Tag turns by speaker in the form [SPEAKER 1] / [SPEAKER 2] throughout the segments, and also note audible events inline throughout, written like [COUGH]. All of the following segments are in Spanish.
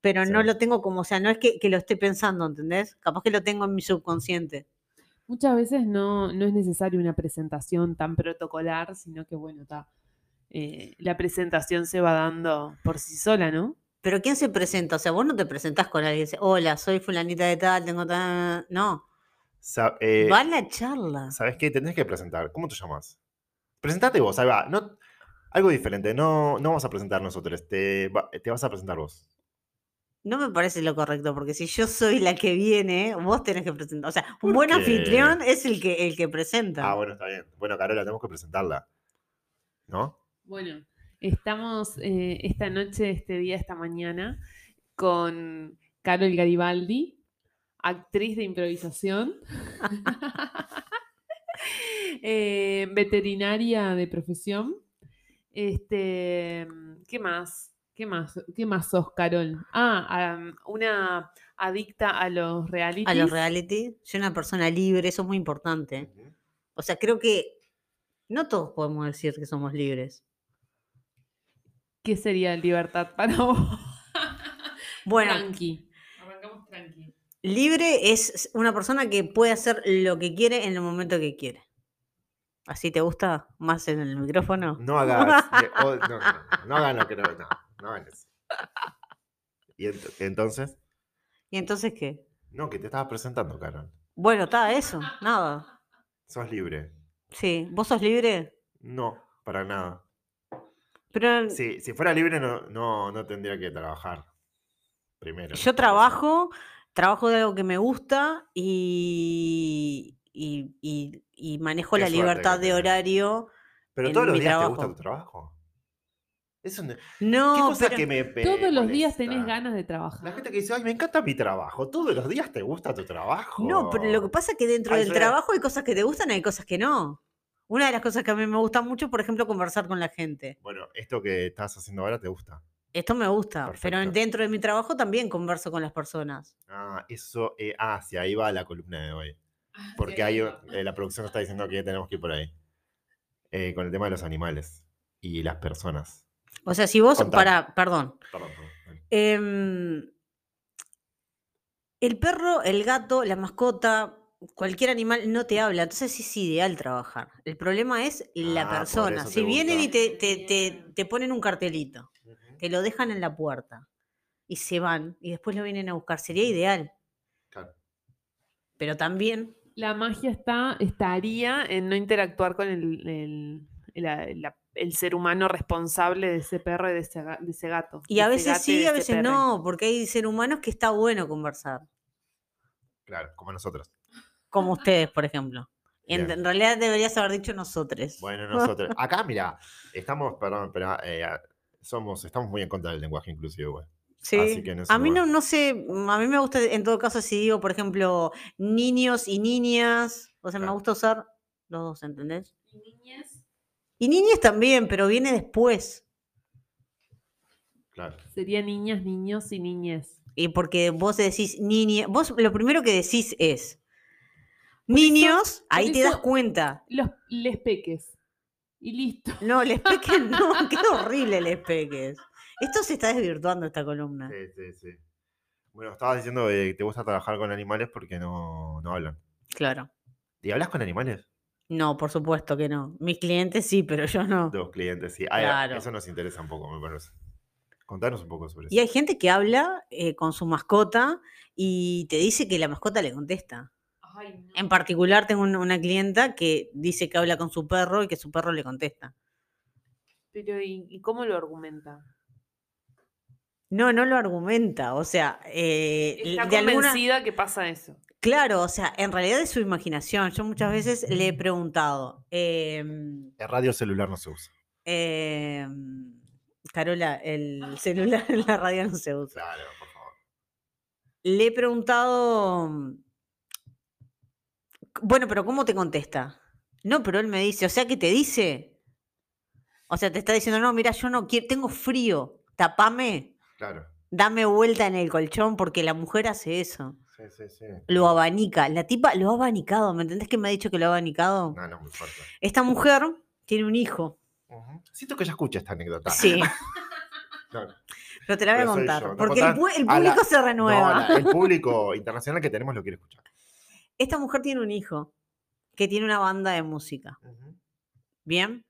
[SPEAKER 1] pero no
[SPEAKER 2] Sí.
[SPEAKER 1] lo tengo como, o sea, no es que, que lo esté pensando, ¿entendés? Capaz que lo tengo en mi subconsciente.
[SPEAKER 3] Muchas veces no, no es necesaria una presentación tan protocolar, sino que bueno, ta, eh, la presentación se va dando por sí sola, ¿no?
[SPEAKER 1] Pero ¿quién se presenta? O sea, vos no te presentás con alguien y dices, hola, soy fulanita de tal, tengo tal... No,
[SPEAKER 2] Sa- eh,
[SPEAKER 1] va la charla.
[SPEAKER 2] ¿Sabes qué? Tenés que presentar. ¿Cómo te llamas? Presentate vos, ahí va. No, algo diferente. No, no vamos a presentar nosotros. Te, va- te vas a presentar vos.
[SPEAKER 1] No me parece lo correcto, porque si yo soy la que viene, vos tenés que presentar. O sea, un
[SPEAKER 2] ¿Por
[SPEAKER 1] buen
[SPEAKER 2] qué?
[SPEAKER 1] anfitrión es el que, el que presenta.
[SPEAKER 2] Ah, bueno, está bien. Bueno, Carola, tenemos que presentarla. ¿No?
[SPEAKER 3] Bueno, estamos eh, esta noche, este día, esta mañana con Carol Garibaldi, actriz de improvisación, [LAUGHS] eh, veterinaria de profesión. Este, ¿qué más? ¿Qué más? ¿Qué más sos, Carol? Ah, am, una adicta a los realities.
[SPEAKER 1] a los reality. Soy una persona libre, eso es muy importante. O sea, creo que no todos podemos decir que somos libres.
[SPEAKER 3] ¿Qué sería libertad para vos?
[SPEAKER 1] Bueno,
[SPEAKER 3] tranqui. Arrancamos tranqui.
[SPEAKER 1] libre es una persona que puede hacer lo que quiere en el momento que quiere. ¿Así te gusta más en el micrófono?
[SPEAKER 2] No hagas.
[SPEAKER 1] [LAUGHS]
[SPEAKER 2] de- o- no, no, no, no hagan lo que no. No, no hagan eso. ¿Y ent- entonces?
[SPEAKER 1] ¿Y entonces qué?
[SPEAKER 2] No, que te estabas presentando, Carol.
[SPEAKER 1] Bueno, está eso, nada.
[SPEAKER 2] Sos libre.
[SPEAKER 1] Sí, vos sos libre,
[SPEAKER 2] No, para nada.
[SPEAKER 1] pero
[SPEAKER 2] Si, si fuera libre, no, no, no tendría que trabajar. Primero. por eso.
[SPEAKER 1] Yo trabajo, trabajo de algo que me gusta y, y, y- y manejo
[SPEAKER 2] Qué
[SPEAKER 1] la
[SPEAKER 2] suerte que
[SPEAKER 1] libertad de
[SPEAKER 2] tenés.
[SPEAKER 1] horario.
[SPEAKER 2] Pero
[SPEAKER 1] en
[SPEAKER 2] todos los
[SPEAKER 1] mi
[SPEAKER 2] días te
[SPEAKER 1] trabajo.
[SPEAKER 2] gusta tu trabajo. Es un, ¿Qué
[SPEAKER 1] No,
[SPEAKER 2] cosa
[SPEAKER 1] pero-
[SPEAKER 2] que me
[SPEAKER 1] Eh,
[SPEAKER 3] Todos los días tenés
[SPEAKER 1] Ah.
[SPEAKER 2] molesta?
[SPEAKER 3] ganas de trabajar.
[SPEAKER 2] La gente que dice, ay, me encanta mi trabajo. Todos los días te gusta tu trabajo.
[SPEAKER 1] no, pero lo que pasa es que dentro
[SPEAKER 2] Ay,
[SPEAKER 1] del
[SPEAKER 2] soy-
[SPEAKER 1] trabajo hay cosas que te gustan y hay cosas que no. Una de las cosas que a mí me gusta mucho, por ejemplo, conversar con la gente.
[SPEAKER 2] Bueno, esto que estás haciendo ahora te gusta.
[SPEAKER 1] Esto me gusta, pero
[SPEAKER 2] Perfecto.
[SPEAKER 1] dentro de mi trabajo también converso con las personas.
[SPEAKER 2] Ah, eso. eh, ah, hacia ahí va la columna de hoy. Porque hay, un- eh, la producción está diciendo que tenemos que ir por ahí. Eh, con el tema de los animales y las personas.
[SPEAKER 1] O sea, si vos,
[SPEAKER 2] Contame.
[SPEAKER 1] para, perdón,
[SPEAKER 2] Perdón, perdón.
[SPEAKER 1] Em, el perro, el gato, la mascota, cualquier animal no te habla, entonces es ideal trabajar. El problema es la
[SPEAKER 2] Ah, por
[SPEAKER 1] persona.
[SPEAKER 2] eso
[SPEAKER 1] Si
[SPEAKER 2] te
[SPEAKER 1] vienen y
[SPEAKER 2] gusta.
[SPEAKER 1] te, te- te- te ponen un cartelito,
[SPEAKER 2] Ujú,
[SPEAKER 1] te lo dejan en la puerta y se van y después lo vienen a buscar, sería ideal.
[SPEAKER 2] claro.
[SPEAKER 1] Pero también,
[SPEAKER 3] La magia está, estaría en no interactuar con el, el- la- la- el ser humano responsable de ese perro y de ese, ga- de ese gato.
[SPEAKER 1] y
[SPEAKER 3] de
[SPEAKER 1] a
[SPEAKER 3] ese
[SPEAKER 1] veces
[SPEAKER 3] gato y
[SPEAKER 1] sí,
[SPEAKER 3] de
[SPEAKER 1] a
[SPEAKER 3] ese
[SPEAKER 1] veces
[SPEAKER 3] perro.
[SPEAKER 1] no, porque hay seres humanos que está bueno conversar,
[SPEAKER 2] Claro, como nosotros.
[SPEAKER 1] como ustedes, por ejemplo. En,
[SPEAKER 2] Bien.
[SPEAKER 1] en realidad deberías haber dicho nosotros. [LAUGHS]
[SPEAKER 2] Bueno, nosotros. Acá, mira, estamos, perdón, pero eh, somos, estamos muy en contra del lenguaje inclusivo, güey.
[SPEAKER 1] Sí.
[SPEAKER 2] Así que en ese
[SPEAKER 1] a mí no,
[SPEAKER 2] lugar.
[SPEAKER 1] no sé, mm, a mí me gusta en todo caso si digo, por ejemplo, niños y niñas, o sea, me
[SPEAKER 2] Claro.
[SPEAKER 1] gusta usar los dos, ¿entendés? Y niñas también, pero viene después.
[SPEAKER 2] Claro.
[SPEAKER 3] Sería niñas, niños y niñez.
[SPEAKER 1] Y porque vos decís niña, vos lo primero que decís es niños, ahí te das
[SPEAKER 3] eso-
[SPEAKER 1] cuenta.
[SPEAKER 3] Los les peques. Y listo.
[SPEAKER 1] No, les peques no, qué horrible les peques. Esto se está desvirtuando esta columna.
[SPEAKER 2] Sí, sí, sí. Bueno, estabas diciendo que te gusta trabajar con animales porque no, no hablan.
[SPEAKER 1] Claro.
[SPEAKER 2] ¿Y hablas con animales?
[SPEAKER 1] No, por supuesto que no. Mis clientes sí, pero yo no.
[SPEAKER 2] De los clientes, sí. Ah, ya,
[SPEAKER 1] Claro.
[SPEAKER 2] Eso nos interesa un poco, me parece. Contanos un poco sobre
[SPEAKER 1] Y
[SPEAKER 2] eso.
[SPEAKER 1] hay gente que habla eh, con su mascota y te dice que la mascota le contesta. En particular tengo un- una clienta que dice que habla con su perro y que su perro le contesta.
[SPEAKER 3] Pero ¿y, y cómo lo argumenta?
[SPEAKER 1] No, no lo argumenta, o sea, eh, l-
[SPEAKER 3] Está
[SPEAKER 1] de alguna...
[SPEAKER 3] convencida que pasa eso.
[SPEAKER 1] Claro, o sea, en realidad es su imaginación. Yo muchas veces le he
[SPEAKER 3] Mm.
[SPEAKER 1] preguntado, em,
[SPEAKER 2] El radio celular no se usa.
[SPEAKER 1] em, Carola,
[SPEAKER 3] [LAUGHS]
[SPEAKER 1] el celular [LAUGHS] en la radio no se usa.
[SPEAKER 2] Claro, por favor.
[SPEAKER 1] Le he preguntado, mm, bueno, pero ¿cómo te contesta? No, pero él me dice, o sea, ¿qué te dice? O sea, te está diciendo, no, mira, yo no quiero, tengo frío, tapame,
[SPEAKER 2] Claro.
[SPEAKER 1] dame vuelta en el colchón, porque la mujer hace eso.
[SPEAKER 2] Sí, sí, sí.
[SPEAKER 1] Lo abanica, la tipa lo ha abanicado, ¿me entendés que me ha dicho que lo ha abanicado?
[SPEAKER 2] No, no, muy fuerte.
[SPEAKER 1] Esta mujer tiene un hijo,
[SPEAKER 2] [LAUGHS] Ujú. Siento que ya escuché esta anécdota.
[SPEAKER 1] sí,
[SPEAKER 2] No, no.
[SPEAKER 1] Pero te la voy a
[SPEAKER 2] Pero soy
[SPEAKER 1] contar.
[SPEAKER 2] yo. No
[SPEAKER 1] porque el,
[SPEAKER 2] contás
[SPEAKER 1] pu- el
[SPEAKER 2] a la-
[SPEAKER 1] público se renueva. [LAUGHS]
[SPEAKER 2] No, la- el público internacional que tenemos lo quiere escuchar.
[SPEAKER 1] Esta mujer tiene un hijo que tiene una banda de música. ¿Bien?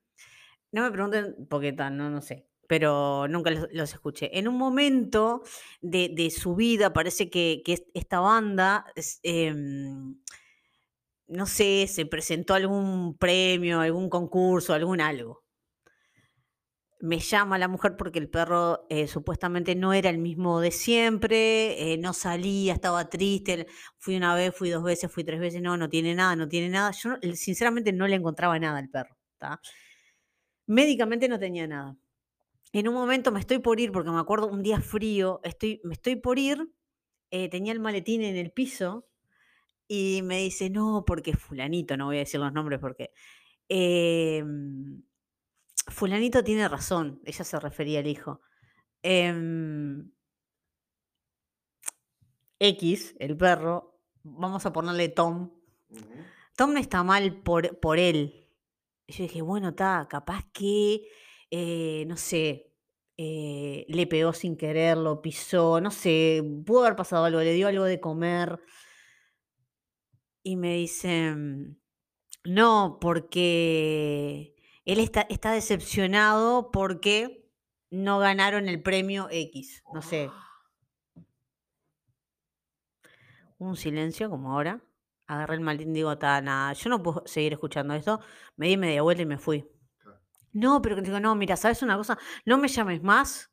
[SPEAKER 1] No me pregunten porque ta, no, no sé. Pero nunca los, los escuché. En un momento de, de su vida, parece que, que es- esta banda, es, em, no sé, se presentó a algún premio, algún concurso, algún algo. Me llama la mujer porque el perro eh, supuestamente no era el mismo de siempre, eh, no salía, estaba triste. Fui una vez, fui dos veces, fui tres veces. No, no tiene nada, no tiene nada. Yo no- sinceramente no le encontraba nada al perro. ¿tá? Médicamente no tenía nada. En un momento me estoy por ir, porque me acuerdo un día frío, estoy, me estoy por ir, eh, tenía el maletín en el piso y me dice, no, porque fulanito, no voy a decir los nombres porque... eh, fulanito tiene razón, ella se refería al hijo. Em, X, el perro, vamos a ponerle Tom, Tom no está mal por, por él. Y yo dije, bueno, está, capaz que, eh, no sé, eh, le pegó sin querer, lo pisó, no sé, pudo haber pasado algo, le dio algo de comer. Y me dicen, no, porque él está, está decepcionado porque no ganaron el premio X, no sé. un silencio como ahora. Agarré el maletín y digo, "Ta, nada, yo no puedo seguir escuchando esto. Me di media vuelta y me fui.
[SPEAKER 2] Claro.
[SPEAKER 1] No, pero que digo, no, mira, ¿sabes una cosa? No me llames más.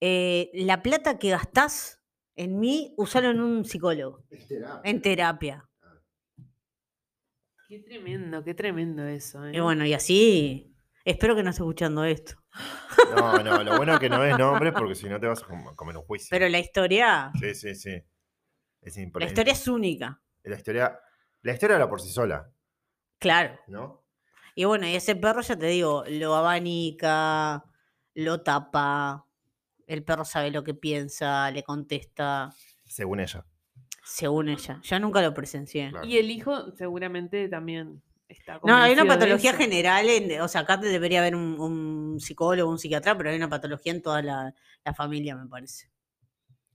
[SPEAKER 1] Eh, la plata que gastás en mí, usalo en un psicólogo, en terapia.
[SPEAKER 3] Qué tremendo, qué tremendo eso. ¿eh?
[SPEAKER 1] Y bueno, y así, espero que no esté escuchando esto.
[SPEAKER 2] No, no, lo bueno es que no es nombres porque si no te vas a com- comer un juicio.
[SPEAKER 1] Pero la historia,
[SPEAKER 2] Sí, sí, sí. Es
[SPEAKER 1] la
[SPEAKER 2] imponente.
[SPEAKER 1] historia es única,
[SPEAKER 2] La historia, la historia era por sí sola,
[SPEAKER 1] claro.
[SPEAKER 2] ¿no?
[SPEAKER 1] Y bueno, y ese perro, ya te digo, lo abanica, lo tapa, el perro sabe lo que piensa, le contesta,
[SPEAKER 2] Según ella.
[SPEAKER 1] según ella. Yo nunca lo presencié.
[SPEAKER 2] Claro.
[SPEAKER 3] Y el hijo seguramente también está
[SPEAKER 1] No, hay una
[SPEAKER 3] convencido de
[SPEAKER 1] patología
[SPEAKER 3] eso.
[SPEAKER 1] general, en- o sea, acá debería haber un, un psicólogo, un psiquiatra, pero hay una patología en toda la, la familia, me parece.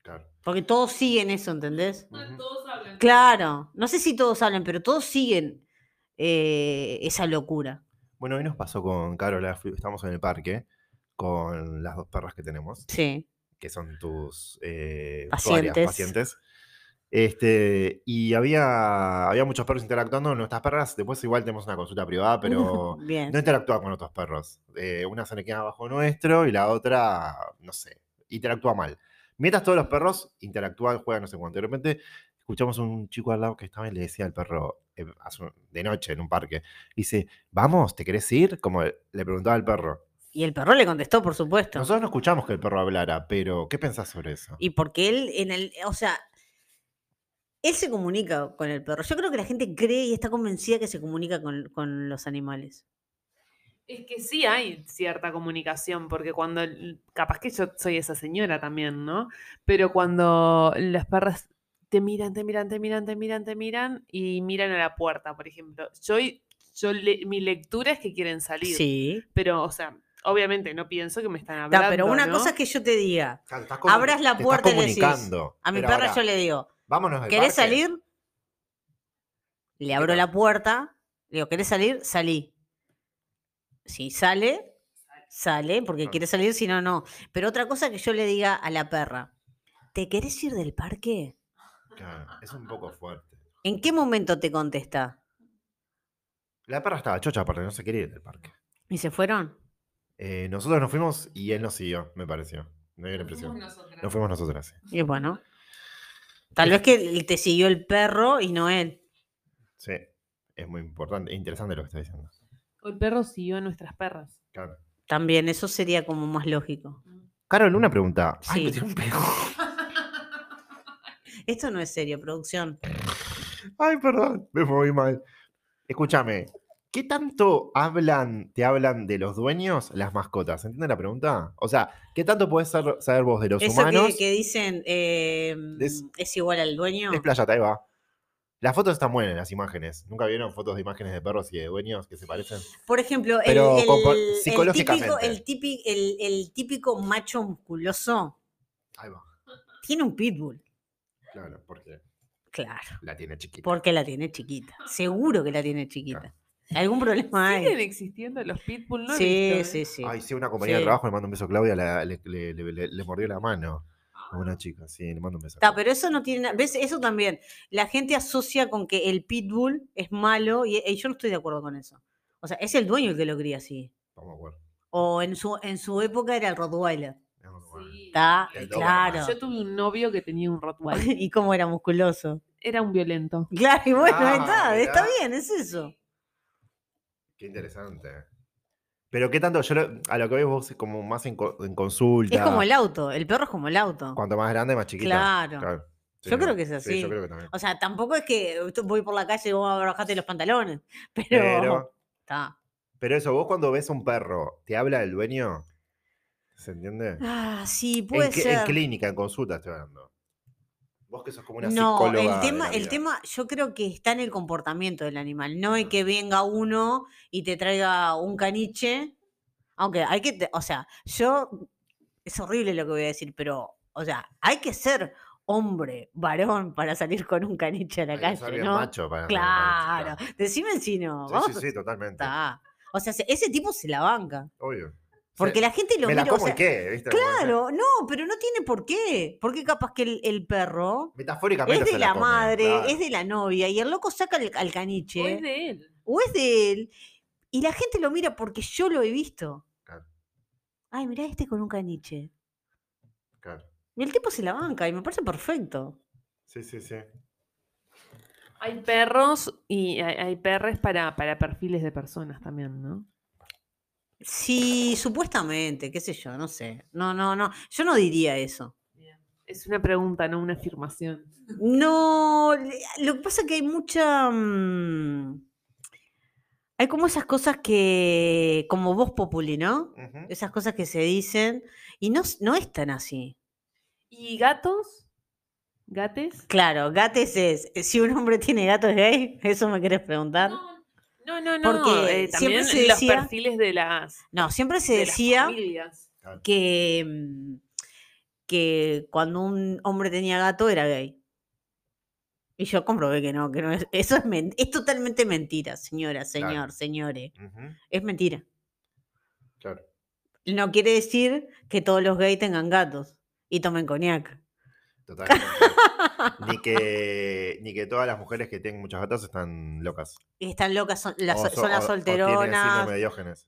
[SPEAKER 2] Claro.
[SPEAKER 1] Porque todos siguen eso, ¿entendés?
[SPEAKER 3] Ah, todos hablan.
[SPEAKER 1] Claro, no sé si todos hablan, pero todos siguen eh, esa locura.
[SPEAKER 2] Bueno, hoy nos pasó con Carola, fui- estamos en el parque con las dos perras que tenemos,
[SPEAKER 1] Sí,
[SPEAKER 2] que son tus eh, usuarias,
[SPEAKER 1] Pacientes.
[SPEAKER 2] pacientes. Este, y había, había muchos perros interactuando. Nuestras perras, después igual tenemos una consulta privada,
[SPEAKER 1] [LAUGHS]
[SPEAKER 2] pero
[SPEAKER 1] bien.
[SPEAKER 2] no interactúa con otros perros. Eh, una se le queda abajo nuestro y la otra, no sé, interactúa mal. Mientras todos los perros interactúan, juegan, no sé cuánto. De repente escuchamos un chico al lado que estaba y le decía al perro, eh, hace un- de noche en un parque, dice, vamos, ¿te querés ir? Como le preguntaba al perro.
[SPEAKER 1] Y el perro le contestó, por supuesto.
[SPEAKER 2] Nosotros no escuchamos que el perro hablara, pero ¿qué pensás sobre eso?
[SPEAKER 1] Y porque él, en el, o sea, él se comunica con el perro. Yo creo que la gente cree y está convencida que se comunica con, con los animales.
[SPEAKER 3] Es que sí hay cierta comunicación, porque cuando, el- capaz que yo soy esa señora también, ¿no? Pero cuando las perras te miran, te miran, te miran, te miran, te miran y miran a la puerta, por ejemplo. Yo, yo le- mi lectura es que quieren salir,
[SPEAKER 1] Sí.
[SPEAKER 3] pero, o sea, obviamente no pienso que me están hablando.
[SPEAKER 1] Ta, pero una
[SPEAKER 3] ¿no?
[SPEAKER 1] cosa es que yo te diga,
[SPEAKER 2] O sea, estás
[SPEAKER 1] Abrás la
[SPEAKER 2] te estás
[SPEAKER 1] puerta y decís,
[SPEAKER 2] comunicando,
[SPEAKER 1] a mi
[SPEAKER 2] pero
[SPEAKER 1] perra
[SPEAKER 2] ahora,
[SPEAKER 1] yo le digo,
[SPEAKER 2] vámonos del
[SPEAKER 1] ¿querés
[SPEAKER 2] parque".
[SPEAKER 1] salir? Le abro
[SPEAKER 2] tal?
[SPEAKER 1] la puerta, le digo, ¿querés salir? Salí. Si sale, sale, porque
[SPEAKER 2] Claro.
[SPEAKER 1] quiere salir, si no, no. Pero otra cosa que yo le diga a la perra, ¿te querés ir del parque?
[SPEAKER 2] Claro, es un poco fuerte.
[SPEAKER 1] ¿En qué momento te contesta?
[SPEAKER 2] La perra estaba chocha, aparte, no se quería ir del parque.
[SPEAKER 1] ¿Y se fueron?
[SPEAKER 2] Eh, nosotros nos fuimos y él nos siguió, me pareció. Me dio la impresión. Nos fuimos nosotras. sí.
[SPEAKER 1] Y bueno. Tal vez que el- te siguió el perro y no él.
[SPEAKER 2] Sí. Es muy importante, es interesante lo que está diciendo.
[SPEAKER 3] O El perro siguió a nuestras perras.
[SPEAKER 2] Claro.
[SPEAKER 1] También, eso sería como más lógico.
[SPEAKER 2] Carol, una pregunta. Ay, me
[SPEAKER 1] Sí.
[SPEAKER 2] tiré un pedo.
[SPEAKER 1] Esto no es serio, producción.
[SPEAKER 2] [LAUGHS] Ay, perdón, me moví mal. Escúchame, ¿qué tanto hablan, te hablan de los dueños las mascotas? ¿Entiendes la pregunta? O sea, ¿qué tanto podés ser- saber vos de los
[SPEAKER 1] Eso que-
[SPEAKER 2] humanos?
[SPEAKER 1] que, dicen eh,
[SPEAKER 2] Es-
[SPEAKER 1] es igual al dueño.
[SPEAKER 2] Es playa, ahí va. Las fotos están buenas, las imágenes. ¿Nunca vieron fotos de imágenes de perros y de dueños que se parecen?
[SPEAKER 1] Por ejemplo, el,
[SPEAKER 2] Pero
[SPEAKER 1] el-
[SPEAKER 2] compo-
[SPEAKER 1] el típico,
[SPEAKER 2] psicológicamente.
[SPEAKER 1] el, típico, el- el típico macho musculoso
[SPEAKER 2] Ahí va.
[SPEAKER 1] Tiene un pitbull.
[SPEAKER 2] Claro, porque
[SPEAKER 1] Claro.
[SPEAKER 2] la tiene chiquita.
[SPEAKER 1] Porque la tiene chiquita. Seguro que la tiene chiquita. ¿Algún problema
[SPEAKER 3] Siguen
[SPEAKER 1] hay?
[SPEAKER 3] existiendo los pitbull, ¿no? he
[SPEAKER 1] Sí,
[SPEAKER 3] visto, ¿eh?
[SPEAKER 1] sí, sí.
[SPEAKER 2] Ay, sí, una compañera de
[SPEAKER 1] Sí.
[SPEAKER 2] trabajo le mando un beso a Claudia, la- le, le- le- le- le mordió la mano a una chica. Sí, le mando un beso. a
[SPEAKER 1] Ta,
[SPEAKER 2] Claudia.
[SPEAKER 1] pero eso no tiene nada. ¿Ves? Eso también. La gente asocia con que el pitbull es malo y, y yo no estoy de acuerdo con eso. O sea, es el dueño el que lo cría así.
[SPEAKER 2] Vamos a acuerdo.
[SPEAKER 1] O en su, en su época era el Rottweiler.
[SPEAKER 2] Vamos a acuerdo.
[SPEAKER 3] Sí.
[SPEAKER 1] Ta,
[SPEAKER 2] El
[SPEAKER 1] claro.
[SPEAKER 3] Yo tuve un novio que tenía un Rottweiler.
[SPEAKER 1] y cómo era musculoso. [LAUGHS]
[SPEAKER 3] Era un violento.
[SPEAKER 1] Claro, y bueno, ahí
[SPEAKER 2] Ah,
[SPEAKER 1] está, está
[SPEAKER 2] mirá.
[SPEAKER 1] bien, es eso.
[SPEAKER 2] Qué interesante. Pero qué tanto, yo lo- a lo que veis vos es como más en, co- en consulta.
[SPEAKER 1] Es como el auto, el perro es como el auto.
[SPEAKER 2] Cuanto más grande, más chiquita.
[SPEAKER 1] Claro.
[SPEAKER 2] Sí,
[SPEAKER 1] Yo
[SPEAKER 2] no.
[SPEAKER 1] creo que es
[SPEAKER 2] Sí,
[SPEAKER 1] así.
[SPEAKER 2] yo creo que también.
[SPEAKER 1] O sea, tampoco es que tú voy por la calle y vos bajaste los pantalones. [LAUGHS] Pero.
[SPEAKER 2] Pero,
[SPEAKER 1] Ta.
[SPEAKER 2] pero eso, vos cuando ves un perro, ¿te habla el dueño? ¿Se entiende?
[SPEAKER 1] Ah, sí, puede
[SPEAKER 2] En, cl- en
[SPEAKER 1] ser.
[SPEAKER 2] clínica, en consulta estoy hablando. Vos que sos como una
[SPEAKER 1] No,
[SPEAKER 2] psicóloga.
[SPEAKER 1] el
[SPEAKER 2] de
[SPEAKER 1] tema,
[SPEAKER 2] la
[SPEAKER 1] el
[SPEAKER 2] vida.
[SPEAKER 1] tema, yo creo que está en el comportamiento del animal. No es que
[SPEAKER 2] Mm.
[SPEAKER 1] venga uno y te traiga un caniche. Aunque hay que, te- o sea, yo, es horrible lo que voy a decir, pero, o sea, hay que ser hombre, varón, para salir con un caniche a la
[SPEAKER 2] Hay que ser
[SPEAKER 1] calle,
[SPEAKER 2] bien
[SPEAKER 1] ¿no?
[SPEAKER 2] macho para-
[SPEAKER 1] claro. Decime si no.
[SPEAKER 2] Sí,
[SPEAKER 1] vamos
[SPEAKER 2] sí,
[SPEAKER 1] a- [LAUGHS]
[SPEAKER 2] sí, totalmente.
[SPEAKER 1] Ta. O sea, se- ese tipo se la banca.
[SPEAKER 2] Obvio.
[SPEAKER 1] Porque
[SPEAKER 2] Sí.
[SPEAKER 1] la gente lo
[SPEAKER 2] Me
[SPEAKER 1] mira.
[SPEAKER 2] la
[SPEAKER 1] o
[SPEAKER 2] como
[SPEAKER 1] sea,
[SPEAKER 2] y qué, ¿viste? Como decía.
[SPEAKER 1] Claro, no, pero no tiene por qué. Porque capaz que el, el perro
[SPEAKER 2] Metafóricamente.
[SPEAKER 1] es de
[SPEAKER 2] se
[SPEAKER 1] la,
[SPEAKER 2] come,
[SPEAKER 1] madre,
[SPEAKER 2] claro.
[SPEAKER 1] es de la novia, y el loco saca al, al caniche, ¿eh?
[SPEAKER 3] O es de él.
[SPEAKER 1] él, y la gente lo mira porque yo lo he visto.
[SPEAKER 2] Claro.
[SPEAKER 1] Ay, mirá este con un caniche.
[SPEAKER 2] Claro.
[SPEAKER 1] Y el tipo se la banca, y me parece perfecto.
[SPEAKER 2] Sí, sí, sí.
[SPEAKER 3] Hay perros y hay, hay perres para, para perfiles de personas también, ¿no?
[SPEAKER 1] Sí, supuestamente, qué sé yo, no sé. No, no, no, yo no diría eso.
[SPEAKER 3] Es una pregunta, no una afirmación.
[SPEAKER 1] No, le- lo que pasa es que hay mucha... mm, hay como esas cosas que, como voz populi, ¿no?
[SPEAKER 2] Ujú.
[SPEAKER 1] Esas cosas que se dicen, y no, s- no es tan así.
[SPEAKER 3] ¿Y gatos? ¿Gates?
[SPEAKER 1] Claro, gates es. Si un hombre tiene gato es gay, eso me querés preguntar. No,
[SPEAKER 3] No, no, no.
[SPEAKER 1] Porque
[SPEAKER 3] eh,
[SPEAKER 1] siempre
[SPEAKER 3] también
[SPEAKER 1] se
[SPEAKER 3] los
[SPEAKER 1] decía-
[SPEAKER 3] perfiles de las,
[SPEAKER 1] siempre se
[SPEAKER 3] de las
[SPEAKER 1] decía
[SPEAKER 3] familias.
[SPEAKER 1] que, mm, que cuando un hombre tenía gato era gay. Y yo comprobé que no, que no es. Eso es, men- es totalmente mentira, señora, señor,
[SPEAKER 2] Claro.
[SPEAKER 1] señores.
[SPEAKER 2] Ujú.
[SPEAKER 1] Es mentira.
[SPEAKER 2] Claro.
[SPEAKER 1] No quiere decir que todos los gays tengan gatos y tomen coñac. [LAUGHS]
[SPEAKER 2] Totalmente. ni, que, ni que todas las mujeres que tienen muchos gatos están locas.
[SPEAKER 1] Y Están locas, son las,
[SPEAKER 2] O
[SPEAKER 1] so-
[SPEAKER 2] so-
[SPEAKER 1] son las
[SPEAKER 2] o- o tienen
[SPEAKER 1] solteronas.
[SPEAKER 2] síndrome de Diógenes.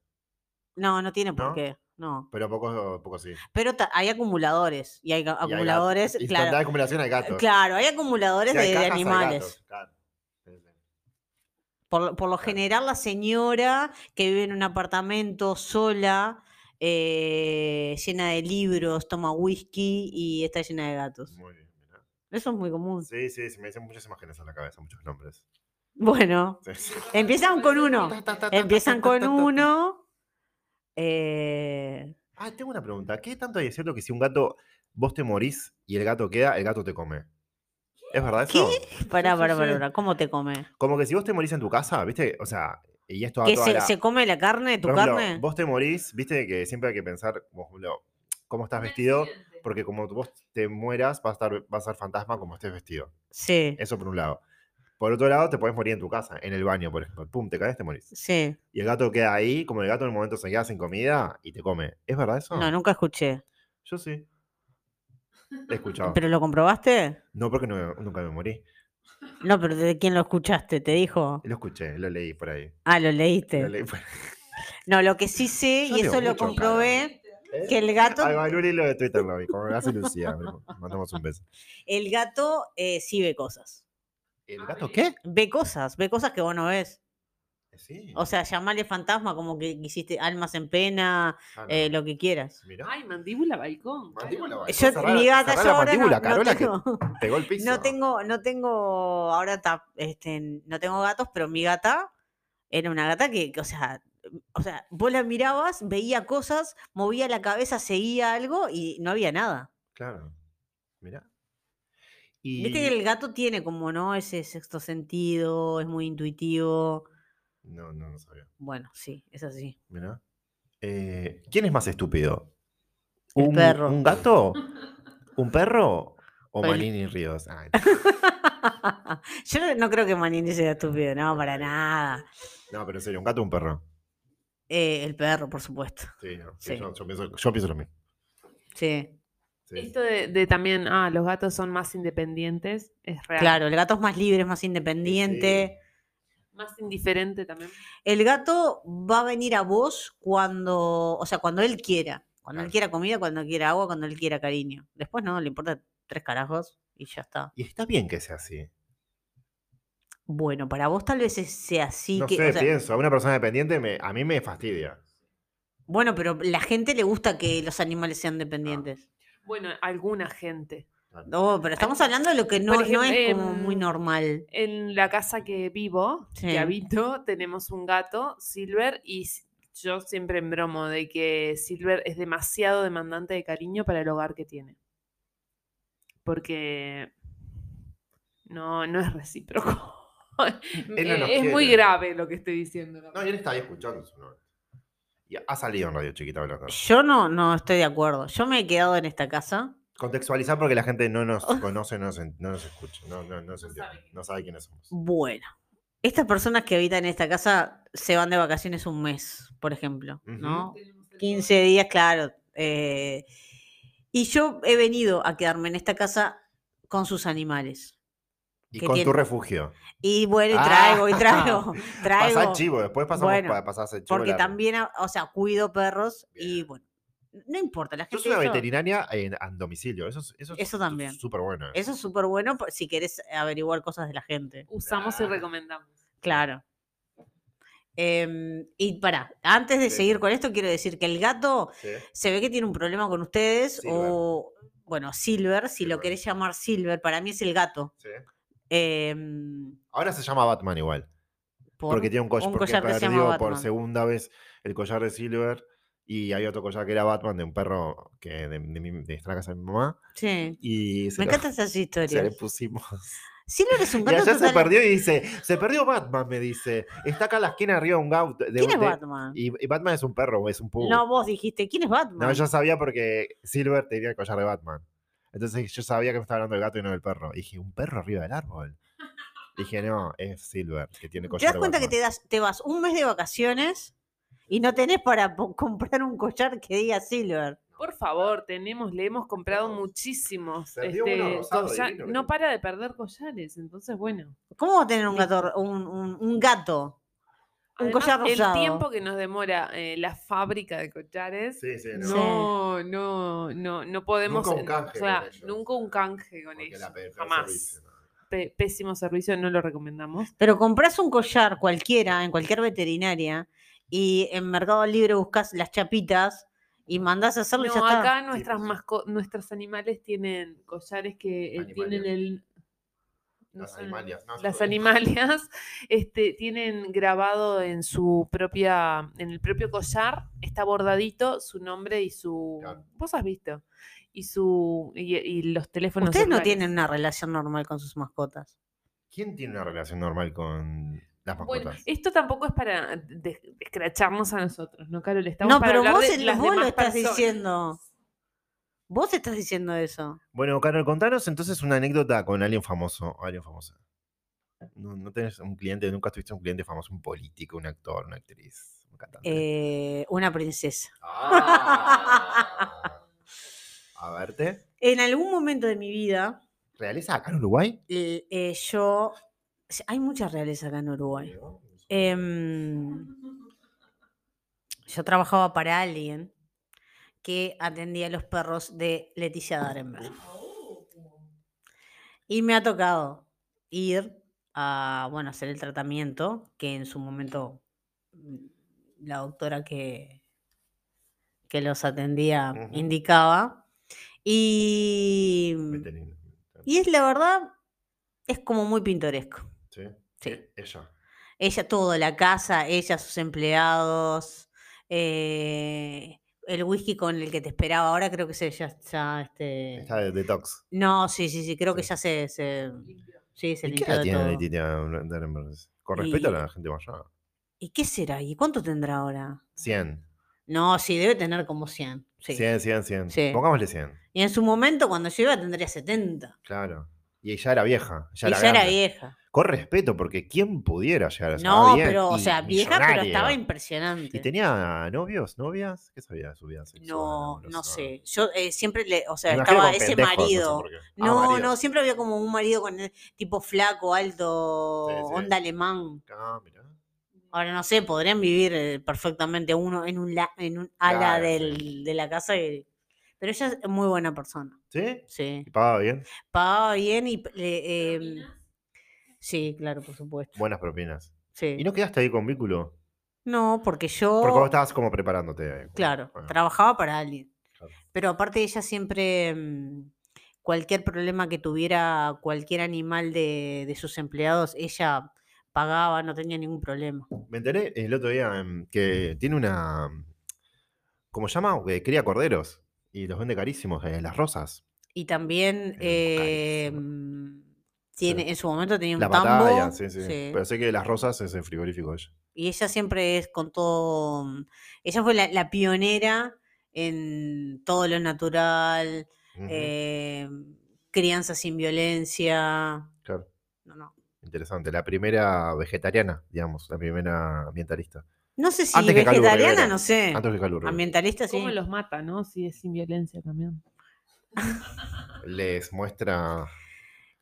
[SPEAKER 1] No, no tiene por
[SPEAKER 2] ¿No?
[SPEAKER 1] qué. No.
[SPEAKER 2] Pero pocos poco sí.
[SPEAKER 1] Pero ta- hay acumuladores. Y hay ga-
[SPEAKER 2] Y hay
[SPEAKER 1] acumuladores,
[SPEAKER 2] gatos. Y
[SPEAKER 1] claro.
[SPEAKER 2] cuando hay acumulación hay gatos.
[SPEAKER 1] Claro, hay acumuladores
[SPEAKER 2] Si hay
[SPEAKER 1] de, de
[SPEAKER 2] cajas, hay gatos,
[SPEAKER 1] animales.
[SPEAKER 2] claro. Sí, sí.
[SPEAKER 1] Por, lo- por lo general, la señora que vive en un apartamento sola, eh, llena de libros, toma whisky y está llena de gatos.
[SPEAKER 2] Muy bien, mirá.
[SPEAKER 1] Eso es muy común.
[SPEAKER 2] Sí, sí, se me dicen muchas imágenes en la cabeza, muchos nombres. [LAUGHS]
[SPEAKER 1] Bueno,
[SPEAKER 2] Sí, sí.
[SPEAKER 1] empiezan con uno.
[SPEAKER 2] Ta, ta, ta, ta,
[SPEAKER 1] Empiezan
[SPEAKER 2] ta, ta,
[SPEAKER 1] con
[SPEAKER 2] ta, ta.
[SPEAKER 1] uno. eh,
[SPEAKER 2] Ah, tengo una pregunta. ¿Qué tanto hay de cierto que si un gato, vos te morís y el gato queda, el gato te come? ¿Es verdad eso?
[SPEAKER 1] pará,
[SPEAKER 2] sí,
[SPEAKER 1] pará,
[SPEAKER 2] sí.
[SPEAKER 1] pará, pará, ¿Cómo te come?
[SPEAKER 2] Como que si vos te morís en tu casa, ¿viste? O sea, y esto va
[SPEAKER 1] ¿Que
[SPEAKER 2] toda
[SPEAKER 1] se,
[SPEAKER 2] la-
[SPEAKER 1] se come la carne, tu
[SPEAKER 2] Por ejemplo,
[SPEAKER 1] carne?
[SPEAKER 2] Vos te morís, viste que siempre hay que pensar, como Julio, cómo estás vestido, porque como vos te mueras, vas a estar, vas a ser fantasma como estés vestido.
[SPEAKER 1] Sí,
[SPEAKER 2] Eso por un lado. Por otro lado, te puedes morir en tu casa, en el baño, por ejemplo. Pum, te caes, te morís.
[SPEAKER 1] sí.
[SPEAKER 2] Y el gato queda ahí, como el gato en el momento se queda sin comida y te come. ¿Es verdad eso?
[SPEAKER 1] No, nunca escuché.
[SPEAKER 2] Yo sí.
[SPEAKER 1] [LAUGHS]
[SPEAKER 2] He escuchado.
[SPEAKER 1] ¿Pero lo comprobaste?
[SPEAKER 2] No, porque no- nunca me morí.
[SPEAKER 1] No, pero ¿de quién lo escuchaste? ¿Te dijo?
[SPEAKER 2] Lo escuché, lo leí por ahí.
[SPEAKER 1] Ah, lo
[SPEAKER 2] Lo
[SPEAKER 1] leíste.
[SPEAKER 2] leí por ahí.
[SPEAKER 1] No, lo que sí sé,
[SPEAKER 2] Yo
[SPEAKER 1] y
[SPEAKER 2] leo
[SPEAKER 1] eso lo
[SPEAKER 2] mucho, Caro.
[SPEAKER 1] comprobé, [LAUGHS] que el gato,
[SPEAKER 2] [LAUGHS] Ay, va, en un hilo de Twitter lo vi, como me hace Lucía. [LAUGHS] bueno, Mandamos un beso.
[SPEAKER 1] el gato eh, sí ve cosas.
[SPEAKER 2] ¿El gato qué?
[SPEAKER 1] Ve cosas, ve cosas que vos no ves.
[SPEAKER 2] Sí.
[SPEAKER 1] O sea, llamarle fantasma como que hiciste almas en pena,
[SPEAKER 2] Ah, no.
[SPEAKER 1] eh, lo que quieras.
[SPEAKER 2] Mirá.
[SPEAKER 3] Ay, mandíbula balcón.
[SPEAKER 2] Mandíbula,
[SPEAKER 3] caramba.
[SPEAKER 2] Ay,
[SPEAKER 1] Yo,
[SPEAKER 2] cerrá-
[SPEAKER 1] mi gata,
[SPEAKER 2] cerrá
[SPEAKER 1] yo
[SPEAKER 2] la
[SPEAKER 1] ahora no,
[SPEAKER 2] mandíbula,
[SPEAKER 1] no
[SPEAKER 2] Carola, que-
[SPEAKER 1] tengo,
[SPEAKER 2] Pegó el piso.
[SPEAKER 1] no tengo, no tengo, ahora ta- este, no tengo gatos, pero mi gata era una gata que, que, o sea, o sea, vos la mirabas, veía cosas, movía la cabeza, seguía algo y no había nada.
[SPEAKER 2] Claro. Mirá. Y...
[SPEAKER 1] Viste que el gato tiene como, ¿no? Ese sexto sentido, es muy intuitivo.
[SPEAKER 2] No, no, no sabía.
[SPEAKER 1] Bueno, sí, es así. [LAUGHS]
[SPEAKER 2] Mirá. Eh, ¿Quién es más estúpido?
[SPEAKER 1] El
[SPEAKER 2] ¿Un,
[SPEAKER 1] perro.
[SPEAKER 2] ¿Un gato ¿Un perro o
[SPEAKER 1] Poli-
[SPEAKER 2] Manini Ríos? Ay,
[SPEAKER 1] Yo no, no creo que Manini sea estúpido, no, para nada. [LAUGHS]
[SPEAKER 2] no, pero en serio, ¿un gato o un perro?
[SPEAKER 1] Eh, el perro, por supuesto.
[SPEAKER 2] Sí, no,
[SPEAKER 1] Sí.
[SPEAKER 2] Yo, yo pienso, yo pienso lo mismo.
[SPEAKER 1] Sí.
[SPEAKER 2] Sí.
[SPEAKER 3] Esto de, de también, ah, los gatos son más independientes, es real.
[SPEAKER 1] Claro, el gato es más libre, es más independiente.
[SPEAKER 3] Más indiferente también.
[SPEAKER 1] El gato va a venir a vos cuando, o sea, cuando él quiera. Cuando él
[SPEAKER 2] Claro.
[SPEAKER 1] quiera comida, cuando quiera agua, cuando él quiera cariño. Después no, le importa tres carajos y ya está.
[SPEAKER 2] Y está bien que sea así.
[SPEAKER 1] Bueno, para vos tal vez es- sea así.
[SPEAKER 2] no
[SPEAKER 1] que, o
[SPEAKER 2] sé,
[SPEAKER 1] sea,
[SPEAKER 2] pienso, a una persona dependiente me- a mí me fastidia.
[SPEAKER 1] bueno, pero la gente le gusta que los animales
[SPEAKER 2] Ah.
[SPEAKER 1] sean dependientes.
[SPEAKER 3] Bueno, alguna gente.
[SPEAKER 1] No, pero estamos hablando de lo que no,
[SPEAKER 3] Por
[SPEAKER 1] no es
[SPEAKER 3] ejemplo,
[SPEAKER 1] como muy
[SPEAKER 3] em,
[SPEAKER 1] normal.
[SPEAKER 3] En la casa que vivo,
[SPEAKER 1] Sí.
[SPEAKER 3] que habito, tenemos un gato, Silver, y s- yo siempre en bromo de que Silver es demasiado demandante de cariño para el hogar que tiene. Porque no, no es recíproco. [LAUGHS] Eh,
[SPEAKER 2] nos
[SPEAKER 3] es muy
[SPEAKER 2] quiere.
[SPEAKER 3] grave lo que estoy diciendo. la
[SPEAKER 2] No, y él está ahí escuchando su novia. Y ha salido en Radio Chiquita hablando.
[SPEAKER 1] Yo no, no estoy de acuerdo. Yo me he quedado en esta casa.
[SPEAKER 2] Contextualizar porque la gente
[SPEAKER 1] [LAUGHS]
[SPEAKER 2] no nos conoce, no nos, en- no nos escucha, no, no, no, se
[SPEAKER 3] No
[SPEAKER 2] entiende,
[SPEAKER 3] sabe.
[SPEAKER 2] no sabe quiénes somos.
[SPEAKER 1] Bueno, estas personas que habitan en esta casa se van de vacaciones un mes, por ejemplo,
[SPEAKER 2] Ujú.
[SPEAKER 1] ¿no?
[SPEAKER 3] Tenemos el
[SPEAKER 1] 15 días, claro. eh, y yo he venido a quedarme en esta casa con sus animales.
[SPEAKER 2] Y
[SPEAKER 1] ¿Qué
[SPEAKER 2] con tu
[SPEAKER 1] tiene?
[SPEAKER 2] refugio.
[SPEAKER 1] Y bueno, y
[SPEAKER 2] Ah,
[SPEAKER 1] traigo, y traigo, traigo.
[SPEAKER 2] [LAUGHS] Pasá el chivo, después pasamos
[SPEAKER 1] Bueno,
[SPEAKER 2] para pasar el chivo.
[SPEAKER 1] porque
[SPEAKER 2] la-
[SPEAKER 1] también, a- o sea, cuido perros y
[SPEAKER 2] Bien.
[SPEAKER 1] bueno, no importa, la
[SPEAKER 2] Yo
[SPEAKER 1] gente...
[SPEAKER 2] soy una
[SPEAKER 1] eso-
[SPEAKER 2] veterinaria en, a domicilio, eso, es- eso, es
[SPEAKER 1] Eso también.
[SPEAKER 2] Súper bueno.
[SPEAKER 1] Eso es súper bueno por- si querés averiguar cosas de la gente.
[SPEAKER 3] Usamos y
[SPEAKER 2] Ah.
[SPEAKER 3] recomendamos.
[SPEAKER 1] Claro. Em, y para, antes de
[SPEAKER 2] Sí.
[SPEAKER 1] seguir con esto, quiero decir que el gato
[SPEAKER 2] Sí.
[SPEAKER 1] se ve que tiene un problema con ustedes
[SPEAKER 2] Silver.
[SPEAKER 1] o, bueno, Silver, si lo
[SPEAKER 2] Silver.
[SPEAKER 1] querés llamar Silver, para mí es el gato.
[SPEAKER 2] Sí.
[SPEAKER 1] Em,
[SPEAKER 2] Ahora se llama Batman igual.
[SPEAKER 1] por-
[SPEAKER 2] Porque tiene un, coll-
[SPEAKER 1] un
[SPEAKER 2] porque
[SPEAKER 1] collar que se llama
[SPEAKER 2] perdió por
[SPEAKER 1] Batman.
[SPEAKER 2] segunda vez el collar de Silver. Y había otro collar que era Batman de un perro que de, de mi- de esta casa de mi mamá. [LAUGHS]
[SPEAKER 1] Sí.
[SPEAKER 2] Y se
[SPEAKER 1] Me
[SPEAKER 2] lo-
[SPEAKER 1] encantan esas
[SPEAKER 2] [LAUGHS] se le
[SPEAKER 1] historias.
[SPEAKER 2] pusimos.
[SPEAKER 1] Silver es un
[SPEAKER 2] Y
[SPEAKER 1] gato
[SPEAKER 2] allá se
[SPEAKER 1] total-
[SPEAKER 2] perdió y dice, se perdió Batman, me dice. Está acá a la esquina arriba de un gauto. de
[SPEAKER 1] ¿Quién
[SPEAKER 2] un-
[SPEAKER 1] es
[SPEAKER 2] de-
[SPEAKER 1] Batman?
[SPEAKER 2] Y, y Batman es un perro, es un pug.
[SPEAKER 1] No, vos dijiste, ¿quién es Batman?
[SPEAKER 2] No, yo sabía porque Silver tenía el collar de Batman. Entonces yo sabía que me estaba hablando del gato y no del perro. Y dije, ¿un perro arriba del árbol? Dije, no, es Silver, que tiene collar
[SPEAKER 1] ¿Te das
[SPEAKER 2] de
[SPEAKER 1] cuenta que te,
[SPEAKER 2] Batman.
[SPEAKER 1] das, te vas un mes de vacaciones y no tenés para po- [LAUGHS] comprar un collar que diga Silver?
[SPEAKER 3] Por favor, tenemos, le hemos comprado
[SPEAKER 2] Tenemos.
[SPEAKER 3] muchísimos.
[SPEAKER 2] Perdió uno
[SPEAKER 3] este,
[SPEAKER 2] rosado
[SPEAKER 3] colla-
[SPEAKER 2] divino que
[SPEAKER 3] No
[SPEAKER 2] tengo.
[SPEAKER 3] para de perder collares, entonces bueno.
[SPEAKER 1] ¿Cómo vas a tener un gato, un, un- un gato? Un
[SPEAKER 3] Además,
[SPEAKER 1] collar rosado.
[SPEAKER 3] El tiempo que nos demora eh, la fábrica de collares.
[SPEAKER 2] Sí, sí, no.
[SPEAKER 1] Sí.
[SPEAKER 3] No, no, no, no podemos.
[SPEAKER 2] Nunca un
[SPEAKER 3] eh,
[SPEAKER 2] canje
[SPEAKER 3] o sea,
[SPEAKER 2] con ellos.
[SPEAKER 3] nunca un canje con
[SPEAKER 2] porque
[SPEAKER 3] ellos.
[SPEAKER 2] la pe-
[SPEAKER 3] jamás.
[SPEAKER 2] servicio, no.
[SPEAKER 3] Pe- pésimo servicio, no lo recomendamos.
[SPEAKER 1] Pero compras un collar cualquiera, en cualquier veterinaria, y en Mercado Libre buscas las chapitas y mandás a hacerlo y ya
[SPEAKER 3] No,
[SPEAKER 1] está.
[SPEAKER 3] acá nuestras
[SPEAKER 2] pues.
[SPEAKER 3] masco- nuestros animales tienen collares que eh,
[SPEAKER 2] Animalias.
[SPEAKER 3] tienen el. no
[SPEAKER 2] Las
[SPEAKER 3] son-
[SPEAKER 2] animalias. no,
[SPEAKER 3] las
[SPEAKER 2] yo-
[SPEAKER 3] animalias [LAUGHS] este, tienen grabado en su propia, en el propio collar, está bordadito su nombre y su.
[SPEAKER 2] Claro.
[SPEAKER 3] Vos has visto. Y su. y, y los teléfonos.
[SPEAKER 1] Ustedes no
[SPEAKER 3] celulares.
[SPEAKER 1] tienen una relación normal con sus mascotas.
[SPEAKER 2] ¿Quién tiene una relación normal con las mascotas?
[SPEAKER 3] Bueno, esto tampoco es para de- escracharnos a nosotros, ¿no, Carol? Estamos
[SPEAKER 1] no,
[SPEAKER 3] para
[SPEAKER 1] pero
[SPEAKER 3] hablar
[SPEAKER 1] vos,
[SPEAKER 3] de
[SPEAKER 1] el-
[SPEAKER 3] las
[SPEAKER 1] vos lo
[SPEAKER 3] demás
[SPEAKER 1] estás
[SPEAKER 3] personas.
[SPEAKER 1] diciendo. Vos estás diciendo eso.
[SPEAKER 2] Bueno, Carol, contanos entonces una anécdota con alguien famoso o alguien famosa. No, no tenés un cliente, nunca tuviste un cliente famoso, un político, un actor, una actriz, un cantante.
[SPEAKER 1] Eh, una princesa.
[SPEAKER 2] Ah. [LAUGHS] A verte.
[SPEAKER 1] En algún momento de mi vida,
[SPEAKER 2] ¿Realiza acá en Uruguay?
[SPEAKER 1] l- eh, yo. Hay mucha realeza acá en Uruguay.
[SPEAKER 2] No, no sé.
[SPEAKER 1] Em, yo trabajaba para alguien que atendía a los perros de Leticia Darenberg. Y me ha tocado ir a, bueno, hacer el tratamiento, que en su momento mm, la doctora que, que los atendía
[SPEAKER 2] Ujú.
[SPEAKER 1] indicaba. Y,
[SPEAKER 2] Veterinario.
[SPEAKER 1] y es la verdad, es como muy pintoresco.
[SPEAKER 2] Sí.
[SPEAKER 1] Sí.
[SPEAKER 2] Ella.
[SPEAKER 1] Ella, todo, la casa, ella, sus empleados, eh, el whisky con el que te esperaba. Ahora creo que se ya, ya, este.
[SPEAKER 2] Está de detox.
[SPEAKER 1] No, sí, sí, sí, creo que
[SPEAKER 2] Sí.
[SPEAKER 1] ya se, se- sí, se
[SPEAKER 2] ¿Y qué
[SPEAKER 1] limpió
[SPEAKER 2] edad
[SPEAKER 1] de
[SPEAKER 2] tiene
[SPEAKER 1] todo.
[SPEAKER 2] Letitia Darenberg? Con respeto a la gente mayor.
[SPEAKER 1] ¿Y qué será? ¿Y cuánto tendrá ahora?
[SPEAKER 2] 100.
[SPEAKER 1] No, sí, debe tener como 100. Sí.
[SPEAKER 2] 100, 100, 100.
[SPEAKER 1] Sí.
[SPEAKER 2] Pongámosle 100.
[SPEAKER 1] Y en su momento, cuando yo iba, tendría 70.
[SPEAKER 2] Claro. Y ella era vieja. Ya
[SPEAKER 1] y
[SPEAKER 2] era
[SPEAKER 1] ya era
[SPEAKER 2] grande.
[SPEAKER 1] vieja.
[SPEAKER 2] Con respeto, porque ¿quién pudiera llegar a esa edad
[SPEAKER 1] No,
[SPEAKER 2] bien?
[SPEAKER 1] pero, o
[SPEAKER 2] Y
[SPEAKER 1] sea, vieja, pero
[SPEAKER 2] millonaria.
[SPEAKER 1] estaba
[SPEAKER 2] ¿Y
[SPEAKER 1] impresionante.
[SPEAKER 2] tenía novios, novias? ¿Qué sabía de su vida sexual,
[SPEAKER 1] No, no
[SPEAKER 2] amorosa?
[SPEAKER 1] sé. Yo eh, siempre le, o
[SPEAKER 2] Me
[SPEAKER 1] sea,
[SPEAKER 2] imagino
[SPEAKER 1] estaba
[SPEAKER 2] con
[SPEAKER 1] ese
[SPEAKER 2] pendejos, no sé
[SPEAKER 1] marido.
[SPEAKER 2] por qué. Ah,
[SPEAKER 1] No,
[SPEAKER 2] marido.
[SPEAKER 1] no, siempre había como un marido con el tipo flaco, alto,
[SPEAKER 2] Sí, sí.
[SPEAKER 1] onda alemán.
[SPEAKER 2] Ah, mirá.
[SPEAKER 1] Ahora no sé, podrían vivir eh, perfectamente uno en un, la- en un ala
[SPEAKER 2] Claro, sí.
[SPEAKER 1] del, de la casa. y- Pero ella es muy buena persona,
[SPEAKER 2] ¿Sí?
[SPEAKER 1] sí.
[SPEAKER 2] ¿Y pagaba bien?
[SPEAKER 1] Pagaba bien y... le- eh, sí, claro, por supuesto.
[SPEAKER 2] Buenas propinas.
[SPEAKER 1] Sí.
[SPEAKER 2] ¿Y
[SPEAKER 1] No,
[SPEAKER 2] no quedaste ahí con vínculo?
[SPEAKER 1] porque yo...
[SPEAKER 2] Porque vos estabas como preparándote. ahí, como,
[SPEAKER 1] Claro,
[SPEAKER 2] bueno,
[SPEAKER 1] trabajaba para alguien.
[SPEAKER 2] Claro.
[SPEAKER 1] Pero aparte ella siempre, mm, cualquier problema que tuviera cualquier animal de, de sus empleados, ella pagaba, no tenía ningún problema.
[SPEAKER 2] Me enteré el otro día em, que tiene una... ¿Cómo se llama? Que cría corderos. Y los vende carísimos, eh, las rosas.
[SPEAKER 1] Y también eh,
[SPEAKER 2] carísimo.
[SPEAKER 1] mm, tiene,
[SPEAKER 2] Sí.
[SPEAKER 1] en su momento tenía un
[SPEAKER 2] La
[SPEAKER 1] tambo.
[SPEAKER 2] batalla, sí, pues. sí,
[SPEAKER 1] sí,
[SPEAKER 2] Pero sé que las rosas es el frigorífico de ella.
[SPEAKER 1] Y ella siempre es con todo, mm, ella fue la, la pionera en todo lo natural,
[SPEAKER 2] Ujú,
[SPEAKER 1] eh, crianza sin violencia.
[SPEAKER 2] claro.
[SPEAKER 1] No, no.
[SPEAKER 2] Interesante. La primera vegetariana, digamos. La primera ambientalista.
[SPEAKER 1] No sé si
[SPEAKER 2] Antes que Calvo
[SPEAKER 1] vegetariana,
[SPEAKER 2] Rivera.
[SPEAKER 1] no sé.
[SPEAKER 2] Antes que Calvo Rivera.
[SPEAKER 1] Ambientalista, sí.
[SPEAKER 3] ¿Cómo los mata, no? Si es sin violencia también.
[SPEAKER 2] Les muestra...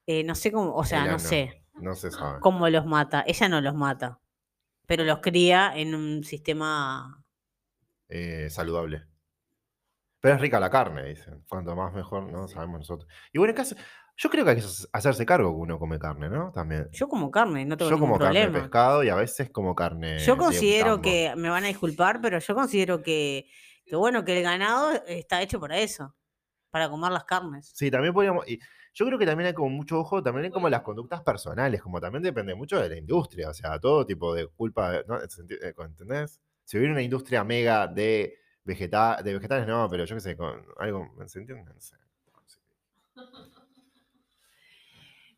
[SPEAKER 1] Eh, no sé cómo, o sea,
[SPEAKER 2] el
[SPEAKER 1] no
[SPEAKER 2] ano.
[SPEAKER 1] sé
[SPEAKER 2] No se sabe.
[SPEAKER 1] cómo los mata. Ella no los mata, pero los cría en un sistema.
[SPEAKER 2] eh, saludable. Pero es rica la carne, dicen. Cuanto más mejor, ¿no? Sabemos nosotros. Y bueno, en caso, yo creo que hay que hacerse cargo que uno come carne, ¿no? También.
[SPEAKER 1] Yo como carne, no tengo
[SPEAKER 2] Yo
[SPEAKER 1] ningún
[SPEAKER 2] como carne de
[SPEAKER 1] problema.
[SPEAKER 2] pescado eh, y a veces como carne. de
[SPEAKER 1] yo
[SPEAKER 2] un
[SPEAKER 1] considero
[SPEAKER 2] tambo.
[SPEAKER 1] que, me van a disculpar, pero yo considero que, que bueno, que el ganado está hecho para eso, para comer las carnes. [LAUGHS]
[SPEAKER 2] Sí, también podríamos. y yo creo que también hay como mucho ojo, también hay como las conductas personales, como también depende mucho de la industria, o sea, todo tipo de culpa, ¿no? En senti- eh, con- ¿Entendés? Si hubiera una industria mega de, vegeta de vegetales, no, pero yo qué sé, con algo, ¿se entiende? No sé.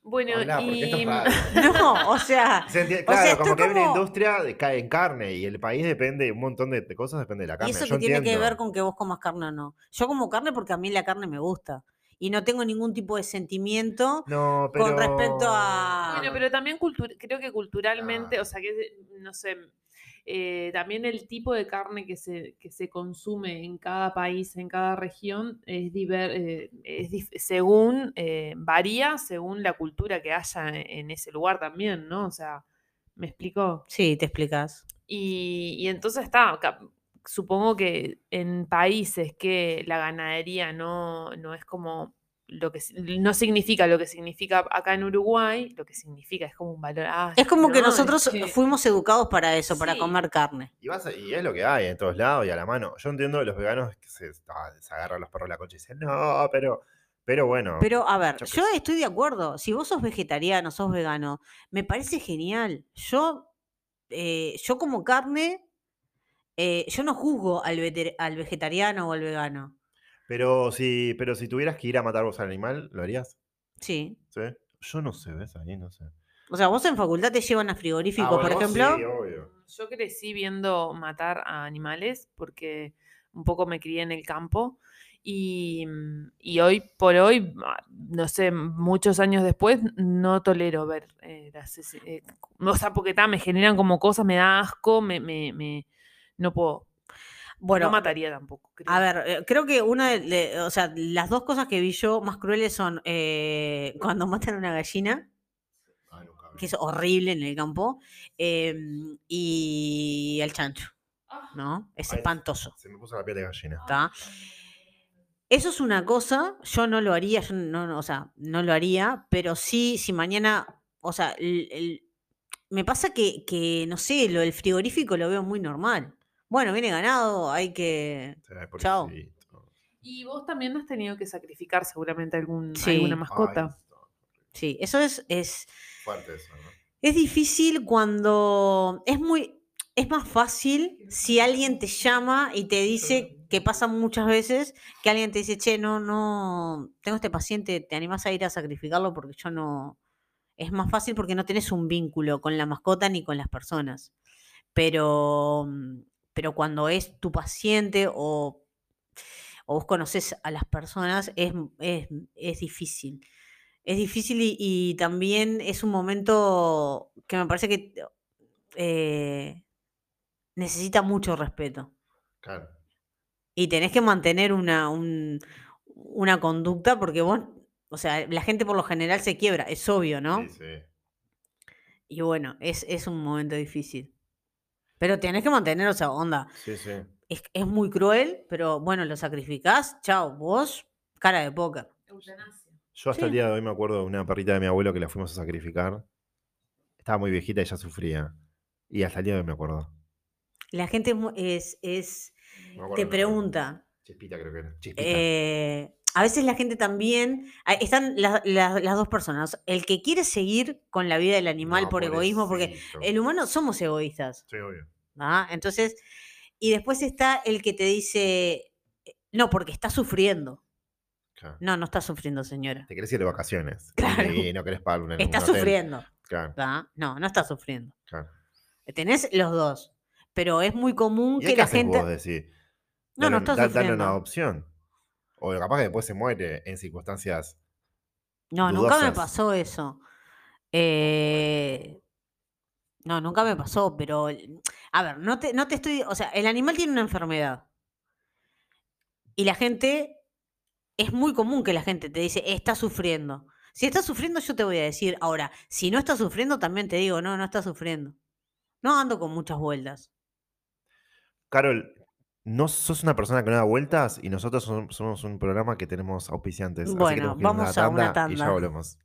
[SPEAKER 3] Bueno,
[SPEAKER 2] Habla, porque esto es
[SPEAKER 3] y
[SPEAKER 2] raro.
[SPEAKER 1] No, o sea,
[SPEAKER 2] Se entiende-
[SPEAKER 1] [LAUGHS] O sea,
[SPEAKER 2] claro,
[SPEAKER 1] esto
[SPEAKER 2] como que hay una
[SPEAKER 1] como-
[SPEAKER 2] industria de, ca- en carne y el país depende, un montón de, de cosas depende de la carne.
[SPEAKER 1] y eso
[SPEAKER 2] yo
[SPEAKER 1] que tiene que
[SPEAKER 2] entiendo.
[SPEAKER 1] ver con que vos comas carne o no. Yo como carne porque a mí la carne me gusta y no tengo ningún tipo de sentimiento
[SPEAKER 2] No, pero...
[SPEAKER 1] con respecto a-
[SPEAKER 3] Bueno, pero también cultu- creo que culturalmente,
[SPEAKER 2] Claro.
[SPEAKER 3] o sea, que no sé, eh, también el tipo de carne que se, que se consume en cada país, en cada región, es, diver- eh, es dif- según, eh, varía según la cultura que haya en, en ese lugar también, ¿no? O sea, ¿me explico?
[SPEAKER 1] Sí, te explicas.
[SPEAKER 3] Y, y entonces está, cap- supongo que en países que la ganadería no, no es como lo que si- no significa lo que significa acá en Uruguay, lo que significa es como un valor. "Ay,
[SPEAKER 1] Es como que
[SPEAKER 3] no, es
[SPEAKER 1] nosotros
[SPEAKER 3] que-".
[SPEAKER 1] fuimos educados para eso, para
[SPEAKER 3] Sí.
[SPEAKER 1] comer carne.
[SPEAKER 2] Y, vas a- y es lo que hay en todos lados y a la mano. Yo entiendo de los veganos que se, ah, se agarran los perros a la concha y dicen, no, pero, pero bueno.
[SPEAKER 1] Pero a ver,
[SPEAKER 2] Ah, yo qué
[SPEAKER 1] yo
[SPEAKER 2] sé.
[SPEAKER 1] estoy de acuerdo. Si vos sos vegetariano, sos vegano, me parece genial. Yo, eh, yo como carne, eh, yo no juzgo al, veter- al vegetariano o al vegano.
[SPEAKER 2] Pero si, pero si tuvieras que ir a matar vos al animal, ¿lo harías?
[SPEAKER 1] Sí.
[SPEAKER 2] ¿Sí? Yo no sé, ¿ves? Ahí no sé.
[SPEAKER 1] O sea, vos en facultad te llevan a frigoríficos,
[SPEAKER 2] Ah,
[SPEAKER 1] por
[SPEAKER 2] bueno, vos
[SPEAKER 1] ejemplo.
[SPEAKER 2] Sí, obvio.
[SPEAKER 3] Mm, Yo crecí viendo matar a animales porque un poco me crié en el campo y, mm, y hoy por hoy, ah, no sé, muchos años después, no tolero ver eh, las... ese- eh, o sea, porque ta, me generan como cosas, me da asco, me... me, me- no puedo.
[SPEAKER 1] Bueno,
[SPEAKER 3] no mataría tampoco. creo.
[SPEAKER 1] A ver, eh, creo que una de, de- o sea, las dos cosas que vi yo más crueles son eh, cuando matan a una gallina,
[SPEAKER 2] Ah, nunca vi.
[SPEAKER 1] que es horrible en el campo, em, y al chancho,
[SPEAKER 3] Ah,
[SPEAKER 1] ¿no? Es
[SPEAKER 2] Ay.
[SPEAKER 1] espantoso.
[SPEAKER 2] Se me puso la piel de gallina.
[SPEAKER 1] ¿tá? Eso es una cosa, yo no lo haría, yo no, no, o sea, no lo haría, pero sí, si mañana, o sea, el- el- me pasa que, que, no sé, lo del frigorífico lo veo muy normal. Bueno, viene ganado, hay que...
[SPEAKER 2] Ay,
[SPEAKER 1] Chao.
[SPEAKER 2] pobrecito.
[SPEAKER 3] Y vos también has tenido que sacrificar seguramente algún,
[SPEAKER 1] Sí.
[SPEAKER 3] alguna
[SPEAKER 1] Ay.
[SPEAKER 2] Ay,
[SPEAKER 3] mascota.
[SPEAKER 2] no,
[SPEAKER 1] Sí, eso es, es,
[SPEAKER 2] fuerte eso, ¿no?
[SPEAKER 1] Es difícil cuando es muy es más fácil si alguien te llama y te dice que pasa muchas veces que alguien te dice, "Che, no no tengo este paciente, te animás a ir a sacrificarlo porque yo no es más fácil porque no tenés un vínculo con la mascota ni con las personas. Pero mm, pero cuando es tu paciente o o vos conoces a las personas, es, es, es difícil. Es difícil y, y también es un momento que me parece que eh, necesita mucho respeto.
[SPEAKER 2] Claro.
[SPEAKER 1] Y tenés que mantener una, un- una conducta porque vos, o sea, la gente por lo general se quiebra, es obvio, ¿no?
[SPEAKER 2] Sí, sí.
[SPEAKER 1] Y bueno, es, es un momento difícil. Pero tenés que mantener, o sea, onda.
[SPEAKER 2] Sí, sí.
[SPEAKER 1] Es, es muy cruel, pero bueno, lo sacrificás, chao, vos, cara de póker.
[SPEAKER 3] Eutanasia.
[SPEAKER 2] Yo hasta
[SPEAKER 1] Sí.
[SPEAKER 2] el día de hoy me acuerdo de una perrita de mi abuelo que la fuimos a sacrificar. Estaba muy viejita y ya sufría. Y hasta el día de hoy me acuerdo.
[SPEAKER 1] La gente es mu- es, es,
[SPEAKER 2] Me acuerdo
[SPEAKER 1] te
[SPEAKER 2] perfecto.
[SPEAKER 1] pregunta,
[SPEAKER 2] Chispita creo que era. Chispita.
[SPEAKER 1] Eh, a veces la gente también. ah, Están la- la- las dos personas. El que quiere seguir con la vida del animal
[SPEAKER 2] No,
[SPEAKER 1] por egoísmo, porque
[SPEAKER 2] pobrecito.
[SPEAKER 1] el humano somos egoístas.
[SPEAKER 2] Sí, obvio.
[SPEAKER 1] ¿ah? Entonces, y después está el que te dice, eh, no, porque está sufriendo.
[SPEAKER 2] Claro.
[SPEAKER 1] No, no está sufriendo, señora.
[SPEAKER 2] Te querés ir de vacaciones.
[SPEAKER 1] [LAUGHS] Claro.
[SPEAKER 2] Y no querés pagar una
[SPEAKER 1] Está sufriendo.
[SPEAKER 2] Claro,
[SPEAKER 1] ¿ah? No, no está sufriendo.
[SPEAKER 2] claro.
[SPEAKER 1] Tenés los dos. Pero es muy común
[SPEAKER 2] ¿Y ahí
[SPEAKER 1] que
[SPEAKER 2] qué
[SPEAKER 1] la
[SPEAKER 2] haces
[SPEAKER 1] gente.
[SPEAKER 2] vos decir?
[SPEAKER 1] No, no
[SPEAKER 2] Dale-
[SPEAKER 1] está
[SPEAKER 2] da- dale
[SPEAKER 1] sufriendo.
[SPEAKER 2] una adopción. O capaz que después se muere en circunstancias.
[SPEAKER 1] No, nunca me
[SPEAKER 2] dudosas.
[SPEAKER 1] pasó eso. Eh, no, nunca me pasó, pero. el- A ver, no te, no te estoy. O sea, el animal tiene una enfermedad. Y la gente. Es muy común que la gente te dice, está sufriendo. Si está sufriendo, yo te voy a decir. Ahora, si no está sufriendo, también te digo, no, no está sufriendo. No ando con muchas vueltas.
[SPEAKER 2] Carol, no sos una persona que no da vueltas y nosotros som- somos un programa que tenemos auspiciantes. así que
[SPEAKER 1] Bueno,
[SPEAKER 2] tenemos que irnos
[SPEAKER 1] vamos a una
[SPEAKER 2] Y ya
[SPEAKER 1] tanda.
[SPEAKER 2] volvemos.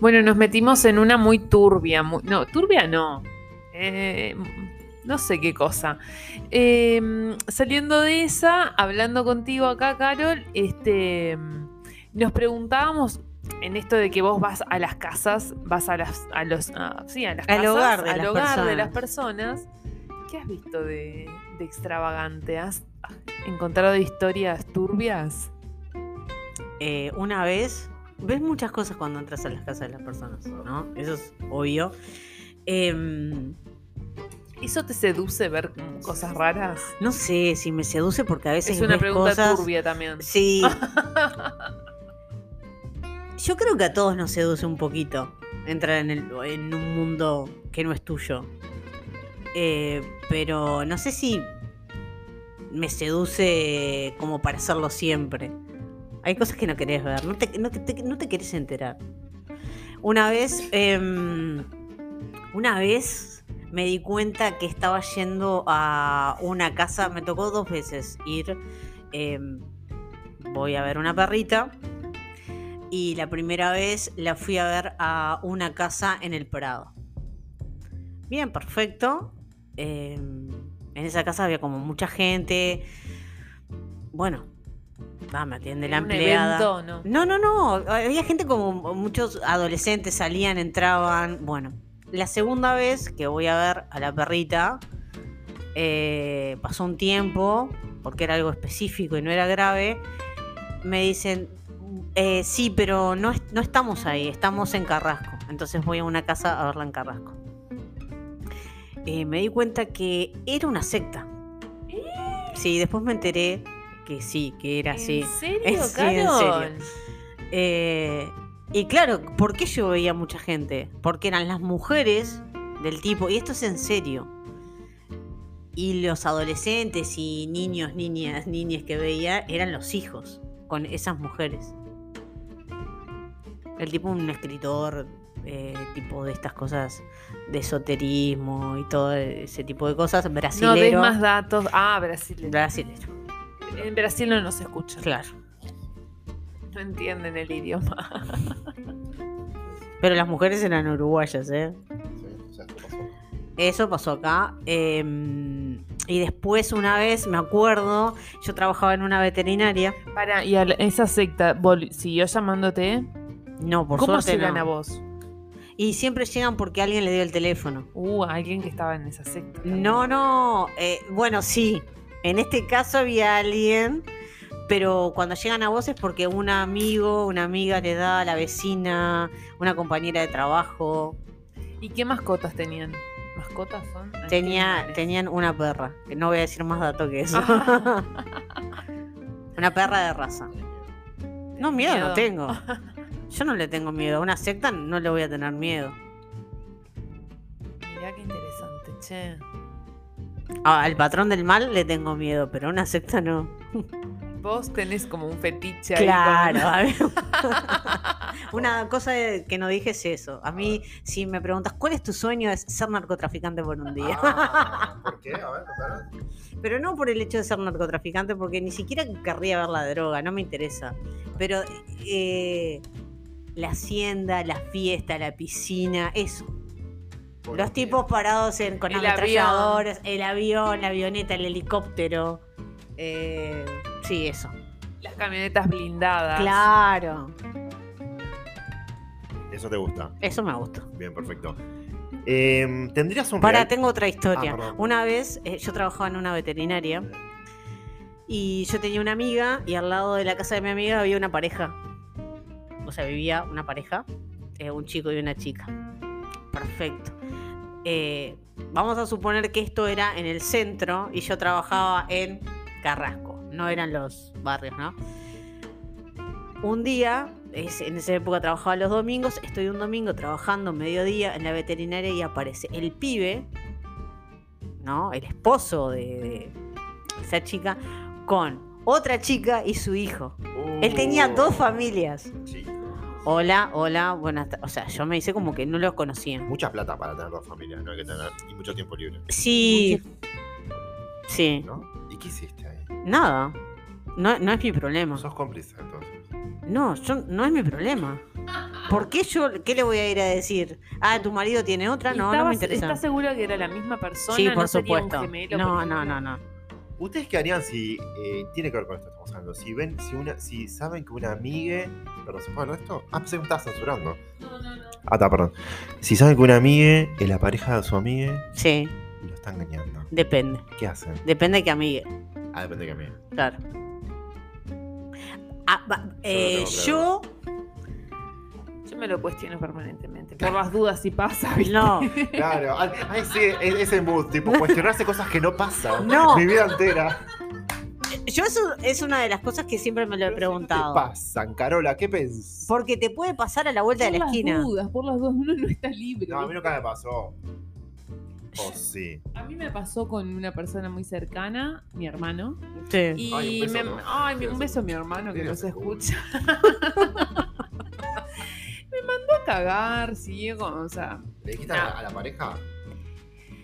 [SPEAKER 3] Bueno, nos metimos en una muy turbia. muy- no, turbia no. Eh, no sé qué cosa. Eh, saliendo de esa, hablando contigo acá, Carol, este, nos preguntábamos en esto de que vos vas a las casas, vas a las, a los, a- sí, a las
[SPEAKER 1] Al
[SPEAKER 3] casas,
[SPEAKER 1] hogar de
[SPEAKER 3] al
[SPEAKER 1] las
[SPEAKER 3] hogar de las personas. ¿Qué has visto de, de extravagante? ¿Has encontrado historias turbias?
[SPEAKER 1] eh, una vez, ves muchas cosas cuando entras a las casas de las personas, ¿no? Eso es obvio. Em,
[SPEAKER 3] ¿Eso te seduce ver mm, cosas raras?
[SPEAKER 1] no sé si me seduce porque a veces
[SPEAKER 3] Es una
[SPEAKER 1] ves
[SPEAKER 3] pregunta
[SPEAKER 1] cosas-
[SPEAKER 3] turbia también. [LAUGHS]
[SPEAKER 1] Sí. Yo creo que a todos nos seduce un poquito entrar en, el- en un mundo que no es tuyo. Eh, pero no sé si me seduce como para hacerlo siempre. Hay cosas que no querés ver, no te, no te- no te querés enterar. Una vez, em, una vez me di cuenta que estaba yendo a una casa, me tocó dos veces ir em, voy a ver una perrita. Y la primera vez la fui a ver a una casa en el Prado. Bien, perfecto. Eh, en esa casa había como mucha gente. Bueno, ah, me atiende la
[SPEAKER 3] ¿Un
[SPEAKER 1] empleada.
[SPEAKER 3] evento, no?
[SPEAKER 1] No, no, no. Había gente como muchos adolescentes salían, entraban. Bueno, la segunda vez que voy a ver a la perrita, eh, pasó un tiempo, porque era algo específico y no era grave. Me dicen, eh, sí, pero no, es- no estamos ahí, estamos en Carrasco. Entonces voy a una casa a verla en Carrasco. Eh, me di cuenta que era una secta. Sí, después me enteré que sí, que era así.
[SPEAKER 3] ¿En serio,
[SPEAKER 1] Es- sí, en serio.
[SPEAKER 3] Carol?
[SPEAKER 1] Eh, y claro, ¿por qué yo veía mucha gente? Porque eran las mujeres del tipo, y esto es en serio. Y los adolescentes y niños, niñas, niñas que veía eran los hijos con esas mujeres. El tipo un escritor, eh, tipo de estas cosas de esoterismo y todo ese tipo de cosas,
[SPEAKER 3] No des
[SPEAKER 1] brasilero.
[SPEAKER 3] más datos. Ah, Brasil.
[SPEAKER 1] brasilero,
[SPEAKER 3] En Brasil no nos escuchan.
[SPEAKER 1] claro.
[SPEAKER 3] No entienden el idioma.
[SPEAKER 1] Pero las mujeres eran uruguayas, ¿eh? [LAUGHS] Eso pasó acá. eh, y después, una vez, me acuerdo, yo trabajaba en una veterinaria.
[SPEAKER 3] Para, y a la- esa secta vol- siguió llamándote.
[SPEAKER 1] No, por
[SPEAKER 3] ¿Cómo
[SPEAKER 1] suerte
[SPEAKER 3] llegan
[SPEAKER 1] no.
[SPEAKER 3] a vos?
[SPEAKER 1] Y siempre llegan porque alguien le dio el teléfono.
[SPEAKER 3] Uh, alguien que estaba en esa secta. también.
[SPEAKER 1] No, no. eh, bueno, sí. En este caso había alguien, pero cuando llegan a vos es porque un amigo, una amiga le da, la vecina, una compañera de trabajo.
[SPEAKER 3] ¿Y qué mascotas tenían? ¿Mascotas son?
[SPEAKER 1] Tenía,
[SPEAKER 3] animales.
[SPEAKER 1] tenían una perra. que No voy a decir más dato que eso. una perra de raza. No, miedo, no tengo. Yo no le tengo miedo. A una secta no le voy a tener miedo.
[SPEAKER 3] Mirá qué interesante, che.
[SPEAKER 1] A- Ah, al patrón del mal le tengo miedo, pero a una secta no.
[SPEAKER 3] Vos tenés como un fetiche ahí
[SPEAKER 1] Claro.
[SPEAKER 3] con-
[SPEAKER 1] a ver. Una cosa de- que no dije es eso. A mí, si me preguntas cuál es tu sueño, es ser narcotraficante por un día.
[SPEAKER 2] Ah, ¿Por qué? A ver, contanos.
[SPEAKER 1] Pero no por el hecho de ser narcotraficante, porque ni siquiera querría ver la droga, no me interesa. Pero eh, la hacienda, la fiesta, la piscina, eso.
[SPEAKER 2] Por
[SPEAKER 1] Los
[SPEAKER 2] un
[SPEAKER 1] tipos parados en, con
[SPEAKER 3] El
[SPEAKER 1] ametralladoras, el avión, la avioneta, el helicóptero. eh, sí, eso.
[SPEAKER 3] Las camionetas blindadas.
[SPEAKER 1] Claro.
[SPEAKER 2] día. Eso te gusta.
[SPEAKER 1] Eso me gusta.
[SPEAKER 2] Bien, perfecto. Em, ¿Tendrías un
[SPEAKER 1] Para,
[SPEAKER 2] real-
[SPEAKER 1] tengo otra
[SPEAKER 2] Ah,
[SPEAKER 1] historia.
[SPEAKER 2] perdón.
[SPEAKER 1] una vez eh, yo trabajaba en una veterinaria y yo tenía una amiga y al lado de la casa de mi amiga había una pareja. O sea, vivía una pareja, eh, un chico y una chica. Perfecto. Eh, vamos a suponer que esto era en el centro y yo trabajaba en Carrasco. No eran los barrios, ¿no? Un día, es- en esa época trabajaba los domingos, estoy un domingo trabajando mediodía en la veterinaria y aparece el pibe, ¿no? El esposo de, de esa chica, con otra chica y su hijo. Él tenía
[SPEAKER 2] Uh,
[SPEAKER 1] dos familias.
[SPEAKER 2] chicos.
[SPEAKER 1] Hola, hola, buenas tardes. O sea, yo me hice como que no los conocía.
[SPEAKER 2] Mucha plata para tener dos familias, no hay que tener. Y mucho tiempo libre,
[SPEAKER 1] Sí. Sí.
[SPEAKER 2] ¿no? ¿Y qué hiciste ahí?
[SPEAKER 1] Nada. No, no es mi problema.
[SPEAKER 2] Sos cómplice, entonces.
[SPEAKER 1] No, yo, no es mi problema. ¿Por qué yo, qué le voy a ir a decir? Ah, tu marido tiene otra,
[SPEAKER 3] ¿Y
[SPEAKER 1] no, no me
[SPEAKER 3] estabas-
[SPEAKER 1] interesa.
[SPEAKER 3] ¿Estás segura que era la misma persona?
[SPEAKER 1] Sí,
[SPEAKER 3] ¿No
[SPEAKER 1] por
[SPEAKER 3] sería un
[SPEAKER 1] supuesto.
[SPEAKER 3] gemelo, por
[SPEAKER 1] No,
[SPEAKER 3] ejemplo?
[SPEAKER 1] no, no, no.
[SPEAKER 2] ¿Ustedes qué harían si eh, tiene que ver con esto que estamos hablando? Si ven, si una, si saben que una amiga. Perdón, ¿se fue el resto? Ah, pensé que me estaba censurando.
[SPEAKER 3] No, no, no.
[SPEAKER 2] Ah, está, perdón. Si saben que una amiga es la pareja de su amiga
[SPEAKER 1] Sí,
[SPEAKER 2] y lo está engañando.
[SPEAKER 1] depende.
[SPEAKER 2] ¿Qué hacen?
[SPEAKER 1] Depende que amigue,
[SPEAKER 2] Ah, depende de que amiga.
[SPEAKER 1] claro. Ah, va- eh,
[SPEAKER 2] Yo
[SPEAKER 1] yo,
[SPEAKER 3] Yo me lo cuestiono permanentemente. Por las dudas si pasa. ¿viste?
[SPEAKER 1] no,
[SPEAKER 2] [LAUGHS] Claro, ah, ah, ese, e- ese mood, tipo, cuestionarse cosas que no
[SPEAKER 1] [LAUGHS]
[SPEAKER 2] pasan.
[SPEAKER 1] No.
[SPEAKER 2] Mi vida entera.
[SPEAKER 1] yo eso es una de las cosas que siempre me lo he
[SPEAKER 2] ¿Qué
[SPEAKER 1] preguntado.
[SPEAKER 2] pasan, Carola? ¿Qué pensás?
[SPEAKER 1] Porque te puede pasar a la vuelta de
[SPEAKER 3] Por
[SPEAKER 1] la
[SPEAKER 3] las
[SPEAKER 1] esquina.
[SPEAKER 3] dudas, por las dudas. Uno no está libre.
[SPEAKER 2] No, a mí
[SPEAKER 3] ¿viste?
[SPEAKER 2] nunca me pasó. Oh, sí.
[SPEAKER 3] A mí me pasó con una persona muy cercana, mi hermano.
[SPEAKER 1] Sí.
[SPEAKER 3] Y
[SPEAKER 2] Ay, un beso,
[SPEAKER 3] me-
[SPEAKER 2] ¿no?
[SPEAKER 3] ay, mi-
[SPEAKER 2] Sí,
[SPEAKER 3] un
[SPEAKER 2] sí.
[SPEAKER 3] beso a mi hermano que
[SPEAKER 2] Sí,
[SPEAKER 3] no
[SPEAKER 2] sí.
[SPEAKER 3] se escucha. [LAUGHS] me mandó a cagar, sí, como, o sea.
[SPEAKER 2] ¿Le dijiste a la- a la pareja?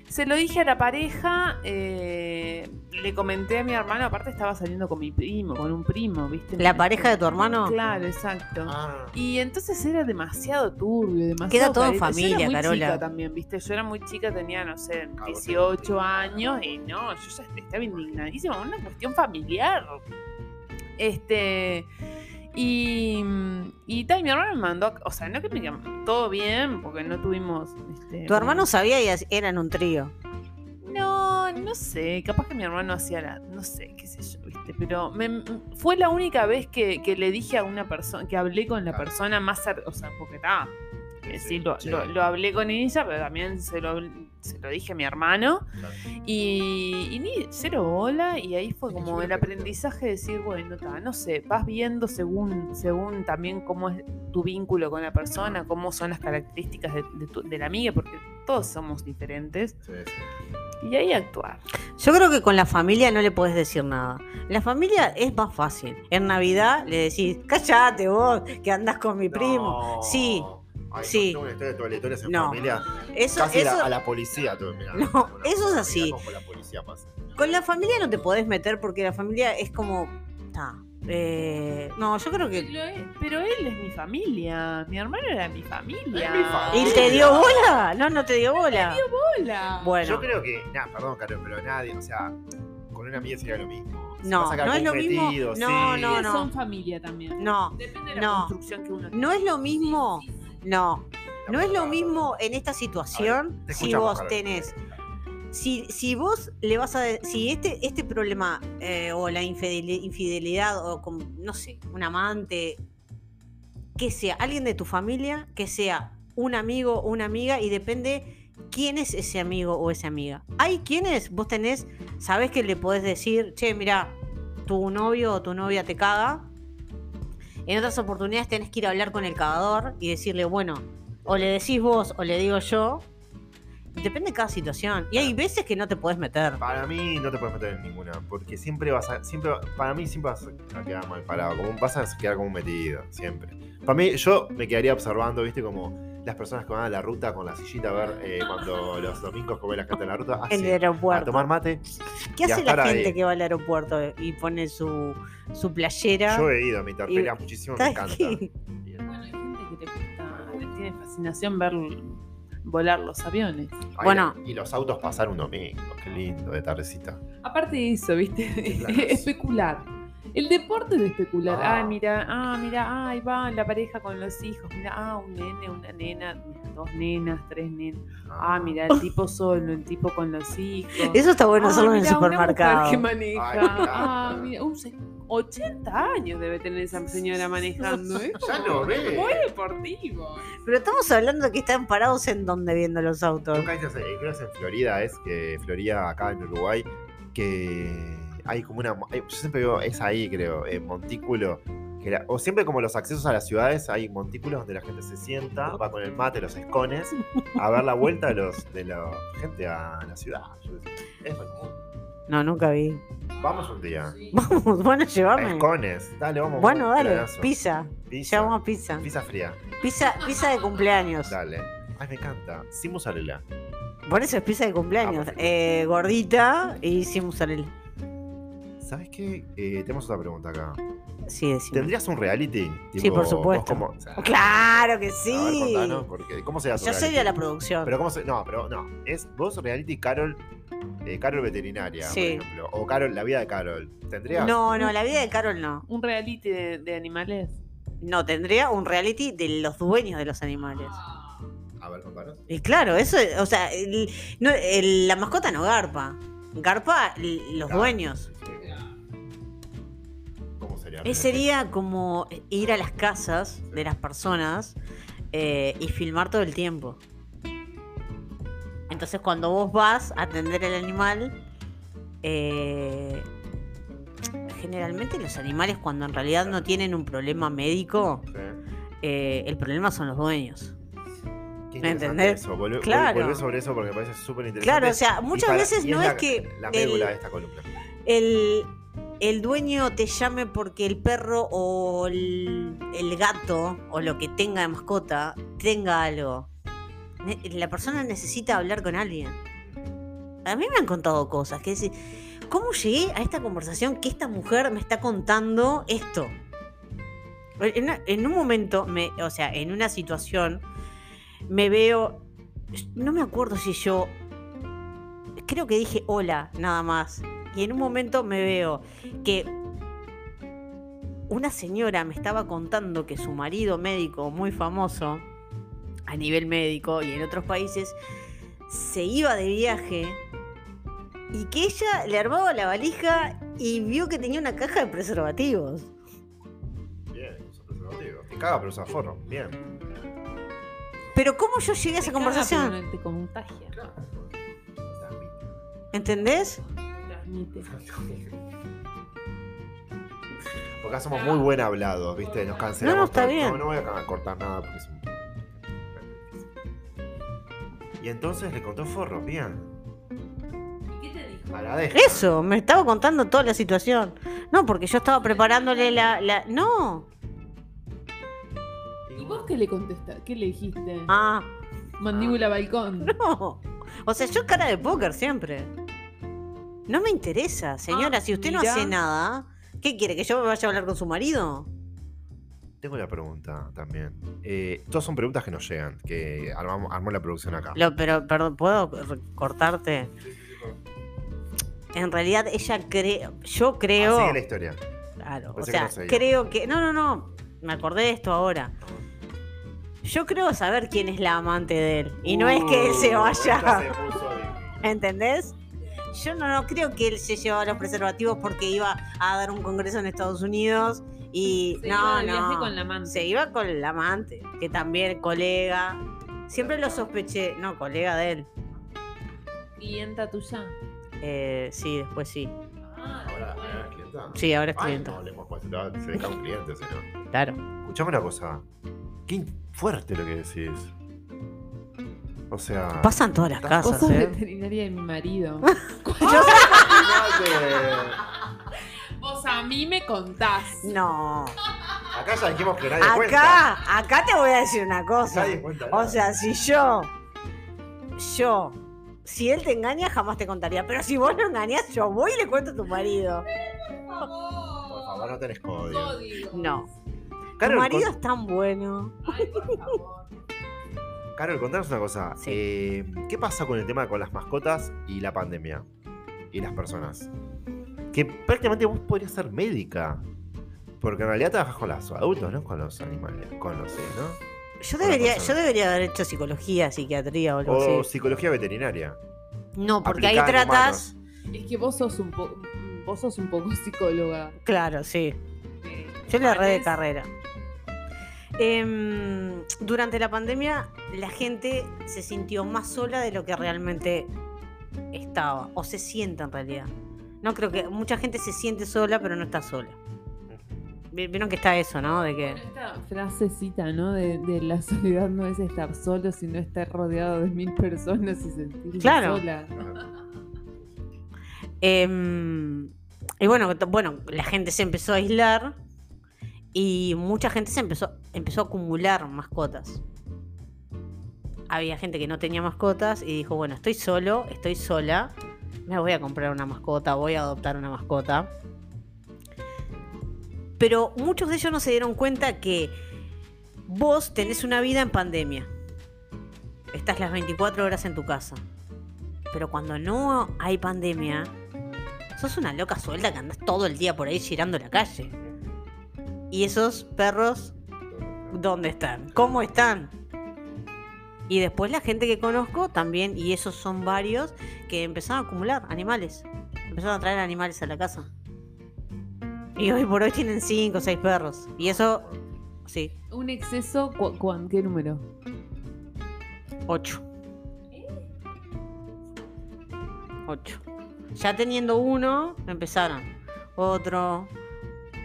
[SPEAKER 3] Se lo dije a la pareja, eh, le comenté a mi hermano, aparte estaba saliendo con mi primo, con un primo, ¿viste?
[SPEAKER 1] ¿La pareja de tu hermano?
[SPEAKER 3] Claro, exacto.
[SPEAKER 2] Ah.
[SPEAKER 3] Y entonces era demasiado turbio, demasiado.
[SPEAKER 1] Queda todo en
[SPEAKER 3] careta. Yo
[SPEAKER 1] familia,
[SPEAKER 3] era muy
[SPEAKER 1] Carola.
[SPEAKER 3] chica también, ¿viste? Yo era muy chica, tenía, no sé,
[SPEAKER 2] vos
[SPEAKER 3] 18 años y no, yo ya estaba indignadísima, una cuestión familiar. Este. Y, y tal, mi hermano me mandó, a- o sea, no que me llam- todo bien, porque no tuvimos... este,
[SPEAKER 1] Tu hermano sabía y as- eran un trío.
[SPEAKER 3] no, no sé, capaz que mi hermano hacía la, no sé, qué sé yo, viste, pero me- m- fue la única vez que, que le dije a una persona, que hablé con la
[SPEAKER 2] Claro.
[SPEAKER 3] persona más cercana, o sea, porque
[SPEAKER 2] Ah.
[SPEAKER 3] estaba,
[SPEAKER 2] Sí,
[SPEAKER 3] sí, lo,
[SPEAKER 2] sí.
[SPEAKER 3] lo- lo hablé con ella, pero también se lo, se lo dije a mi hermano,
[SPEAKER 2] Claro.
[SPEAKER 3] y, y ni cero bola, y ahí fue
[SPEAKER 2] Es que yo
[SPEAKER 3] como
[SPEAKER 2] creo
[SPEAKER 3] el
[SPEAKER 2] que-
[SPEAKER 3] aprendizaje de decir, bueno, ta, no sé, vas viendo según, según también cómo es tu vínculo con la persona, cómo son las características de, de tu- de la amiga, porque todos somos diferentes.
[SPEAKER 2] Sí, sí.
[SPEAKER 3] Y ahí actuar.
[SPEAKER 1] Yo creo que con la familia no le podés decir nada. La familia es más fácil. En Navidad le decís, cállate vos, que andás con mi primo.
[SPEAKER 2] No.
[SPEAKER 1] Sí.
[SPEAKER 2] Ay, no,
[SPEAKER 1] Sí.
[SPEAKER 2] tengo una historia de toaletones en
[SPEAKER 1] No.
[SPEAKER 2] familia.
[SPEAKER 1] Eso,
[SPEAKER 2] Casi
[SPEAKER 1] eso,
[SPEAKER 2] la- a la policía tuve, mirá.
[SPEAKER 1] No,
[SPEAKER 2] Con la-
[SPEAKER 1] eso es
[SPEAKER 2] mirá
[SPEAKER 1] así.
[SPEAKER 2] cómo la policía pasa.
[SPEAKER 1] con la familia no te podés meter porque la familia es como. ta, eh, no, yo creo que.
[SPEAKER 3] Pero él es mi familia. Mi hermano era mi familia.
[SPEAKER 2] Es mi familia.
[SPEAKER 1] ¿Y te dio bola? No, no te dio bola.
[SPEAKER 3] Hola.
[SPEAKER 1] Bueno,
[SPEAKER 2] Yo creo que, nada, perdón, Carol, pero nadie, o sea, con una amiga sería lo mismo. Se
[SPEAKER 1] No,
[SPEAKER 2] pasa que
[SPEAKER 1] no es lo
[SPEAKER 2] algún
[SPEAKER 1] mismo.
[SPEAKER 2] metido,
[SPEAKER 1] No,
[SPEAKER 2] sí.
[SPEAKER 1] no, no.
[SPEAKER 3] Son familia también.
[SPEAKER 1] no,
[SPEAKER 3] Depende de la
[SPEAKER 1] No.
[SPEAKER 3] construcción que uno
[SPEAKER 1] no es lo mismo. No, No es lo mismo en esta situación
[SPEAKER 2] te
[SPEAKER 1] si
[SPEAKER 2] escuchamos,
[SPEAKER 1] vos
[SPEAKER 2] Carol.
[SPEAKER 1] tenés. Si, si vos le vas a. de- Si este, este problema eh, o la infideli- infidelidad o con, no sé, un amante, que sea alguien de tu familia, que sea un amigo o una amiga y depende quién es ese amigo o esa amiga. Hay quienes vos tenés, sabés que le podés decir, che, mira, tu novio o tu novia te caga. En otras oportunidades tenés que ir a hablar con el cagador y decirle, bueno, o le decís vos o le digo yo. Depende de cada situación. Y hay veces que no te podés meter.
[SPEAKER 2] Para mí no te puedes meter en ninguna, porque siempre vas a. Siempre, para mí siempre vas a quedar mal parado, como, vas a quedar como un metido, siempre. Para mí, yo me quedaría observando, viste, como las personas que van a la ruta con la sillita a ver eh, cuando los domingos comen las cartas en la ruta. ah,
[SPEAKER 1] En
[SPEAKER 2] sí,
[SPEAKER 1] el
[SPEAKER 2] a
[SPEAKER 1] aeropuerto.
[SPEAKER 2] tomar mate.
[SPEAKER 1] ¿Qué
[SPEAKER 2] y
[SPEAKER 1] hace
[SPEAKER 2] estar
[SPEAKER 1] la
[SPEAKER 2] ahí.
[SPEAKER 1] gente que va al aeropuerto y pone su, su playera?
[SPEAKER 2] Yo he ido, me interpela muchísimo, me encanta.
[SPEAKER 1] Tranqui.
[SPEAKER 3] Bueno, hay gente que le gusta, le tiene fascinación ver volar los aviones.
[SPEAKER 2] Ay,
[SPEAKER 1] Bueno.
[SPEAKER 2] Y los autos pasar un domingo, qué lindo, de tardecita.
[SPEAKER 3] Aparte de eso, ¿viste? [LAUGHS]
[SPEAKER 2] Claro.
[SPEAKER 3] especular. El deporte de especular.
[SPEAKER 2] Ah.
[SPEAKER 3] Ay, mira, ah, mira, ahí va la pareja con los hijos. Mira, ah, un nene, una nena, dos nenas, tres nenas. Ah, mira, el tipo solo, el tipo con
[SPEAKER 1] [LAUGHS]
[SPEAKER 3] los hijos.
[SPEAKER 1] Eso está bueno
[SPEAKER 3] Ah,
[SPEAKER 1] solo en el
[SPEAKER 3] mirá, una mujer
[SPEAKER 1] supermercado.
[SPEAKER 3] que maneja.
[SPEAKER 2] Ay, claro.
[SPEAKER 3] ah, mira, un se- 80 años debe tener esa señora manejando. ¿eh?
[SPEAKER 2] Ya lo ve.
[SPEAKER 3] Muy deportivo.
[SPEAKER 1] Pero estamos hablando que están parados en donde viendo los autos.
[SPEAKER 2] Nunca hice, creo que es en Florida, es que Florida, acá en Uruguay, que hay como una. hay- Yo siempre veo, es ahí, creo, en Montículo. que la- o siempre como los accesos a las ciudades hay montículos donde la gente se sienta, va con el mate, los escones, a ver la vuelta de los de la gente a la ciudad. Yo decía, es re común.
[SPEAKER 1] No, nunca vi.
[SPEAKER 2] Vamos un día.
[SPEAKER 3] Sí.
[SPEAKER 1] Vamos, [LAUGHS] bueno,
[SPEAKER 2] A
[SPEAKER 1] llévame.
[SPEAKER 2] Escones, dale, vamos.
[SPEAKER 1] Bueno,
[SPEAKER 2] un
[SPEAKER 1] dale,
[SPEAKER 2] planazo.
[SPEAKER 1] pizza.
[SPEAKER 2] Pizza,
[SPEAKER 1] Llevamos pizza.
[SPEAKER 2] pizza fría,
[SPEAKER 1] Pizza, pizza de cumpleaños.
[SPEAKER 2] dale. Ay, me encanta. Sin mozzarella.
[SPEAKER 1] Por eso es pizza de cumpleaños.
[SPEAKER 2] Ah, perfecto.
[SPEAKER 1] Eh, gordita y sin mozzarella.
[SPEAKER 2] ¿Sabes qué? Eh, tenemos otra pregunta acá.
[SPEAKER 1] Sí, decimos.
[SPEAKER 2] ¿Tendrías un reality?
[SPEAKER 1] Sí,
[SPEAKER 2] Tipo,
[SPEAKER 1] por
[SPEAKER 2] vos
[SPEAKER 1] supuesto.
[SPEAKER 2] como- o sea,
[SPEAKER 1] Claro que
[SPEAKER 2] a ver,
[SPEAKER 1] sí.
[SPEAKER 2] contanos, porque- ¿Cómo se hace?
[SPEAKER 1] Yo soy de la producción.
[SPEAKER 2] Pero cómo se. No, pero no. Es vos reality Carol. eh, Carol veterinaria,
[SPEAKER 1] Sí.
[SPEAKER 2] por ejemplo. O Carol, la vida de Carol. ¿Tendrías?
[SPEAKER 1] No, no, la vida de Carol no.
[SPEAKER 3] Un reality de, de animales.
[SPEAKER 1] No, tendría un reality de los dueños de los animales.
[SPEAKER 2] A ver, contanos.
[SPEAKER 1] Y claro, eso, es- o sea, el- no, el- la mascota no garpa. Garpa l- los
[SPEAKER 2] Claro.
[SPEAKER 1] dueños.
[SPEAKER 2] Ah, ¿Cómo sería?
[SPEAKER 1] Eh, sería como ir a las casas de las personas eh, y filmar todo el tiempo. Entonces cuando vos vas a atender el animal, eh, generalmente los animales cuando en realidad no tienen un problema médico,
[SPEAKER 2] Sí.
[SPEAKER 1] eh, el problema son los dueños.
[SPEAKER 2] Qué
[SPEAKER 1] ¿Me
[SPEAKER 2] interesante
[SPEAKER 1] entendés?
[SPEAKER 2] Eso. Volvé,
[SPEAKER 1] Claro.
[SPEAKER 2] volvé sobre eso porque me parece súper interesante.
[SPEAKER 1] Claro, o sea,
[SPEAKER 2] Y
[SPEAKER 1] muchas
[SPEAKER 2] para-
[SPEAKER 1] veces
[SPEAKER 2] y
[SPEAKER 1] no
[SPEAKER 2] la-
[SPEAKER 1] es que
[SPEAKER 2] La
[SPEAKER 1] el-
[SPEAKER 2] médula de esta columna.
[SPEAKER 1] el, el dueño te llame porque el perro o el, el gato o lo que tenga de mascota tenga algo. Ne- La persona necesita hablar con alguien. A mí me han contado cosas que decís, ¿cómo llegué a esta conversación que esta mujer me está contando esto? En, una- en un momento, me, o sea, en una situación, me veo, no me acuerdo si yo, creo que dije hola nada más, y en un momento me veo que una señora me estaba contando que su marido médico muy famoso a nivel médico y en otros países se iba de viaje y que ella le armaba la valija y vio que tenía una caja de preservativos.
[SPEAKER 2] Bien, usa preservativo. Te caga, pero usa forro. Bien.
[SPEAKER 1] Pero ¿cómo yo llegué a esa
[SPEAKER 3] Te caga,
[SPEAKER 1] conversación?
[SPEAKER 3] pero no Te contagia.
[SPEAKER 2] Claro.
[SPEAKER 1] ¿Entendés?
[SPEAKER 3] Transmite.
[SPEAKER 2] Porque acá somos muy buen hablados, ¿viste? Nos
[SPEAKER 1] Ah.
[SPEAKER 2] cancelamos.
[SPEAKER 1] No, no, está
[SPEAKER 2] todo.
[SPEAKER 1] bien.
[SPEAKER 2] No, no voy a cortar nada porque es un... Y entonces le contó forro, bien.
[SPEAKER 3] ¿Qué te dijo?
[SPEAKER 2] A la deja.
[SPEAKER 1] Eso, me estaba contando toda la situación. No, porque yo estaba preparándole la... la... No.
[SPEAKER 3] ¿Y vos qué le contestaste? ¿Qué le dijiste?
[SPEAKER 1] Ah,
[SPEAKER 3] Mandíbula
[SPEAKER 1] [LAUGHS]
[SPEAKER 3] balcón.
[SPEAKER 1] no. O sea, yo cara de póker siempre. No me interesa, señora.
[SPEAKER 3] Ah,
[SPEAKER 1] si usted no
[SPEAKER 3] mirá.
[SPEAKER 1] hace nada, ¿qué quiere? ¿Que yo me vaya a hablar con su marido?
[SPEAKER 2] Tengo la pregunta también. Eh, todas son preguntas que nos llegan, que armamos, armó la producción acá.
[SPEAKER 1] Lo- pero, perdón, ¿puedo r- cortarte? En realidad ella cree, yo creo,
[SPEAKER 2] Así Ah, es la historia.
[SPEAKER 1] claro, o
[SPEAKER 2] Pensé que
[SPEAKER 1] sea,
[SPEAKER 2] no seguía. Ah.
[SPEAKER 1] creo que, no, no, no, me acordé de esto ahora. Yo creo saber quién es la amante de él. Y no es que él se
[SPEAKER 2] Uh, esta
[SPEAKER 1] vaya.
[SPEAKER 2] se puso bien.
[SPEAKER 1] ¿Entendés? Yo no, no creo que él se llevaba los preservativos porque iba a dar un congreso en Estados Unidos y
[SPEAKER 3] Se
[SPEAKER 1] no,
[SPEAKER 3] iba de
[SPEAKER 1] no.
[SPEAKER 3] viaje con la amante.
[SPEAKER 1] Se iba con el amante, que también colega. Siempre lo sospeché, no, colega de él.
[SPEAKER 3] Clienta tuya.
[SPEAKER 1] Eh, sí, después sí.
[SPEAKER 3] Ah,
[SPEAKER 2] Ahora, ¿eh?
[SPEAKER 3] bueno.
[SPEAKER 2] ¿clienta?
[SPEAKER 1] Sí, ahora es
[SPEAKER 2] Ay,
[SPEAKER 1] cliente.
[SPEAKER 2] no hablemos, pues, te- se deja un cliente, si no.
[SPEAKER 1] Claro.
[SPEAKER 2] Escuchame una cosa. Qué in- fuerte lo que decís. O sea.
[SPEAKER 1] Pasan todas las
[SPEAKER 2] Estás-
[SPEAKER 3] Vos
[SPEAKER 1] casas,
[SPEAKER 3] sos
[SPEAKER 1] ¿eh?
[SPEAKER 3] veterinaria de mi
[SPEAKER 1] [LAUGHS]
[SPEAKER 3] marido.
[SPEAKER 2] Imagínate.
[SPEAKER 3] Vos a mí me contás.
[SPEAKER 1] No.
[SPEAKER 2] Acá ya dijimos que nadie cuenta.
[SPEAKER 1] Acá, acá te voy a decir una cosa.
[SPEAKER 2] Nadie cuenta.
[SPEAKER 1] O
[SPEAKER 2] nada.
[SPEAKER 1] sea, si yo, yo, si él te engaña, jamás te contaría. Pero si vos no engañas, yo voy y le cuento a tu marido.
[SPEAKER 2] Por favor, no tenés código.
[SPEAKER 3] Códigos.
[SPEAKER 1] No.
[SPEAKER 2] Carol,
[SPEAKER 1] tu marido
[SPEAKER 2] con-
[SPEAKER 1] es tan bueno.
[SPEAKER 3] Ay, por favor.
[SPEAKER 2] Carol, contanos una cosa.
[SPEAKER 1] Sí.
[SPEAKER 2] Eh, ¿Qué pasa con el tema con las mascotas y la pandemia? Y las personas. Que prácticamente vos podrías ser médica. Porque en realidad trabajas con los adultos, no con los animales. Con los, eh, ¿no?
[SPEAKER 1] Yo
[SPEAKER 2] Buena
[SPEAKER 1] debería,
[SPEAKER 2] persona. Oh,
[SPEAKER 1] yo debería haber hecho psicología, psiquiatría o algo
[SPEAKER 2] O
[SPEAKER 1] así.
[SPEAKER 2] psicología veterinaria.
[SPEAKER 1] No, porque ahí
[SPEAKER 2] aplicada en
[SPEAKER 1] tratas.
[SPEAKER 2] humanos.
[SPEAKER 3] Es que vos sos un poco. Vos sos un poco psicóloga.
[SPEAKER 1] Claro, sí.
[SPEAKER 3] Eh,
[SPEAKER 1] Yo le erré de
[SPEAKER 3] humanes.
[SPEAKER 1] carrera. Em, durante la pandemia, la gente se sintió más sola de lo que realmente estaba. O se siente en realidad. No creo que. Mucha gente se siente sola, pero no está sola. Vi- Vieron que está eso, ¿no? De que.
[SPEAKER 3] Esta frasecita, ¿no? De, de la soledad no es estar solo, sino estar rodeado de mil personas y sentirse
[SPEAKER 1] Claro.
[SPEAKER 3] sola.
[SPEAKER 1] Em, y bueno, t- bueno, la gente se empezó a aislar y mucha gente se empezó, empezó a acumular mascotas. Había gente que no tenía mascotas y dijo, bueno, estoy solo, estoy sola, me voy a comprar una mascota, voy a adoptar una mascota. Pero muchos de ellos no se dieron cuenta que vos tenés una vida en pandemia. Estás las 24 horas en tu casa. Pero cuando no hay pandemia, sos una loca suelta que andás todo el día por ahí girando la calle. ¿Y esos perros dónde están? ¿Cómo están? Y después la gente que conozco también, y esos son varios, que empezaron a acumular animales. Empezaron a traer animales a la casa. Y hoy por hoy tienen 5 o 6 perros. Y eso, sí,
[SPEAKER 3] Un exceso, ¿cu- cuán- ¿qué número?
[SPEAKER 1] 8. 8. Ya teniendo uno, empezaron. Otro.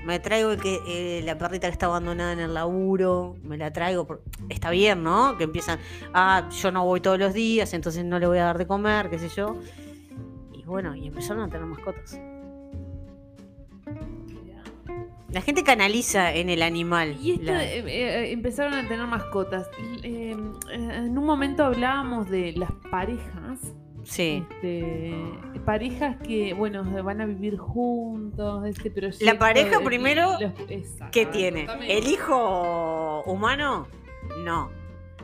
[SPEAKER 1] Me traigo el que, eh, la perrita que está abandonada en el laburo. Me la traigo. por- Está bien, ¿no? Que empiezan. Ah, yo no voy todos los días, entonces no le voy a dar de comer, qué sé yo. Y bueno, y empezaron a tener mascotas. La gente canaliza en el animal.
[SPEAKER 3] Y esto,
[SPEAKER 1] la-
[SPEAKER 3] eh, eh, empezaron a tener mascotas. Y, eh, en un momento hablábamos de las parejas.
[SPEAKER 1] Sí.
[SPEAKER 3] Este, parejas que, bueno, van a vivir juntos, este proyecto.
[SPEAKER 1] La pareja
[SPEAKER 3] de-
[SPEAKER 1] primero,
[SPEAKER 3] los- exacto.
[SPEAKER 1] ¿Qué
[SPEAKER 3] A ver,
[SPEAKER 1] tiene?
[SPEAKER 3] Ah, contame.
[SPEAKER 1] ¿El hijo humano? No.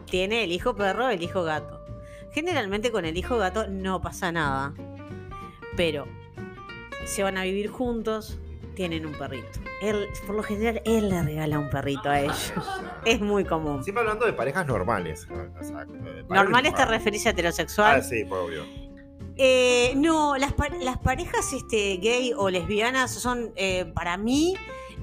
[SPEAKER 1] Tiene el hijo perro, el hijo gato. Generalmente con el hijo gato no pasa nada. Pero se van a vivir juntos, tienen un perrito. Él, por lo general, él le regala un perrito a ellos. Es muy común.
[SPEAKER 2] Siempre hablando de parejas normales. O sea, eh,
[SPEAKER 1] Normales te
[SPEAKER 2] parejas-
[SPEAKER 1] referís a heterosexual.
[SPEAKER 2] Ah, sí, por obvio.
[SPEAKER 1] Eh, no, las, pa- las parejas este, gay o lesbianas son, eh, para mí,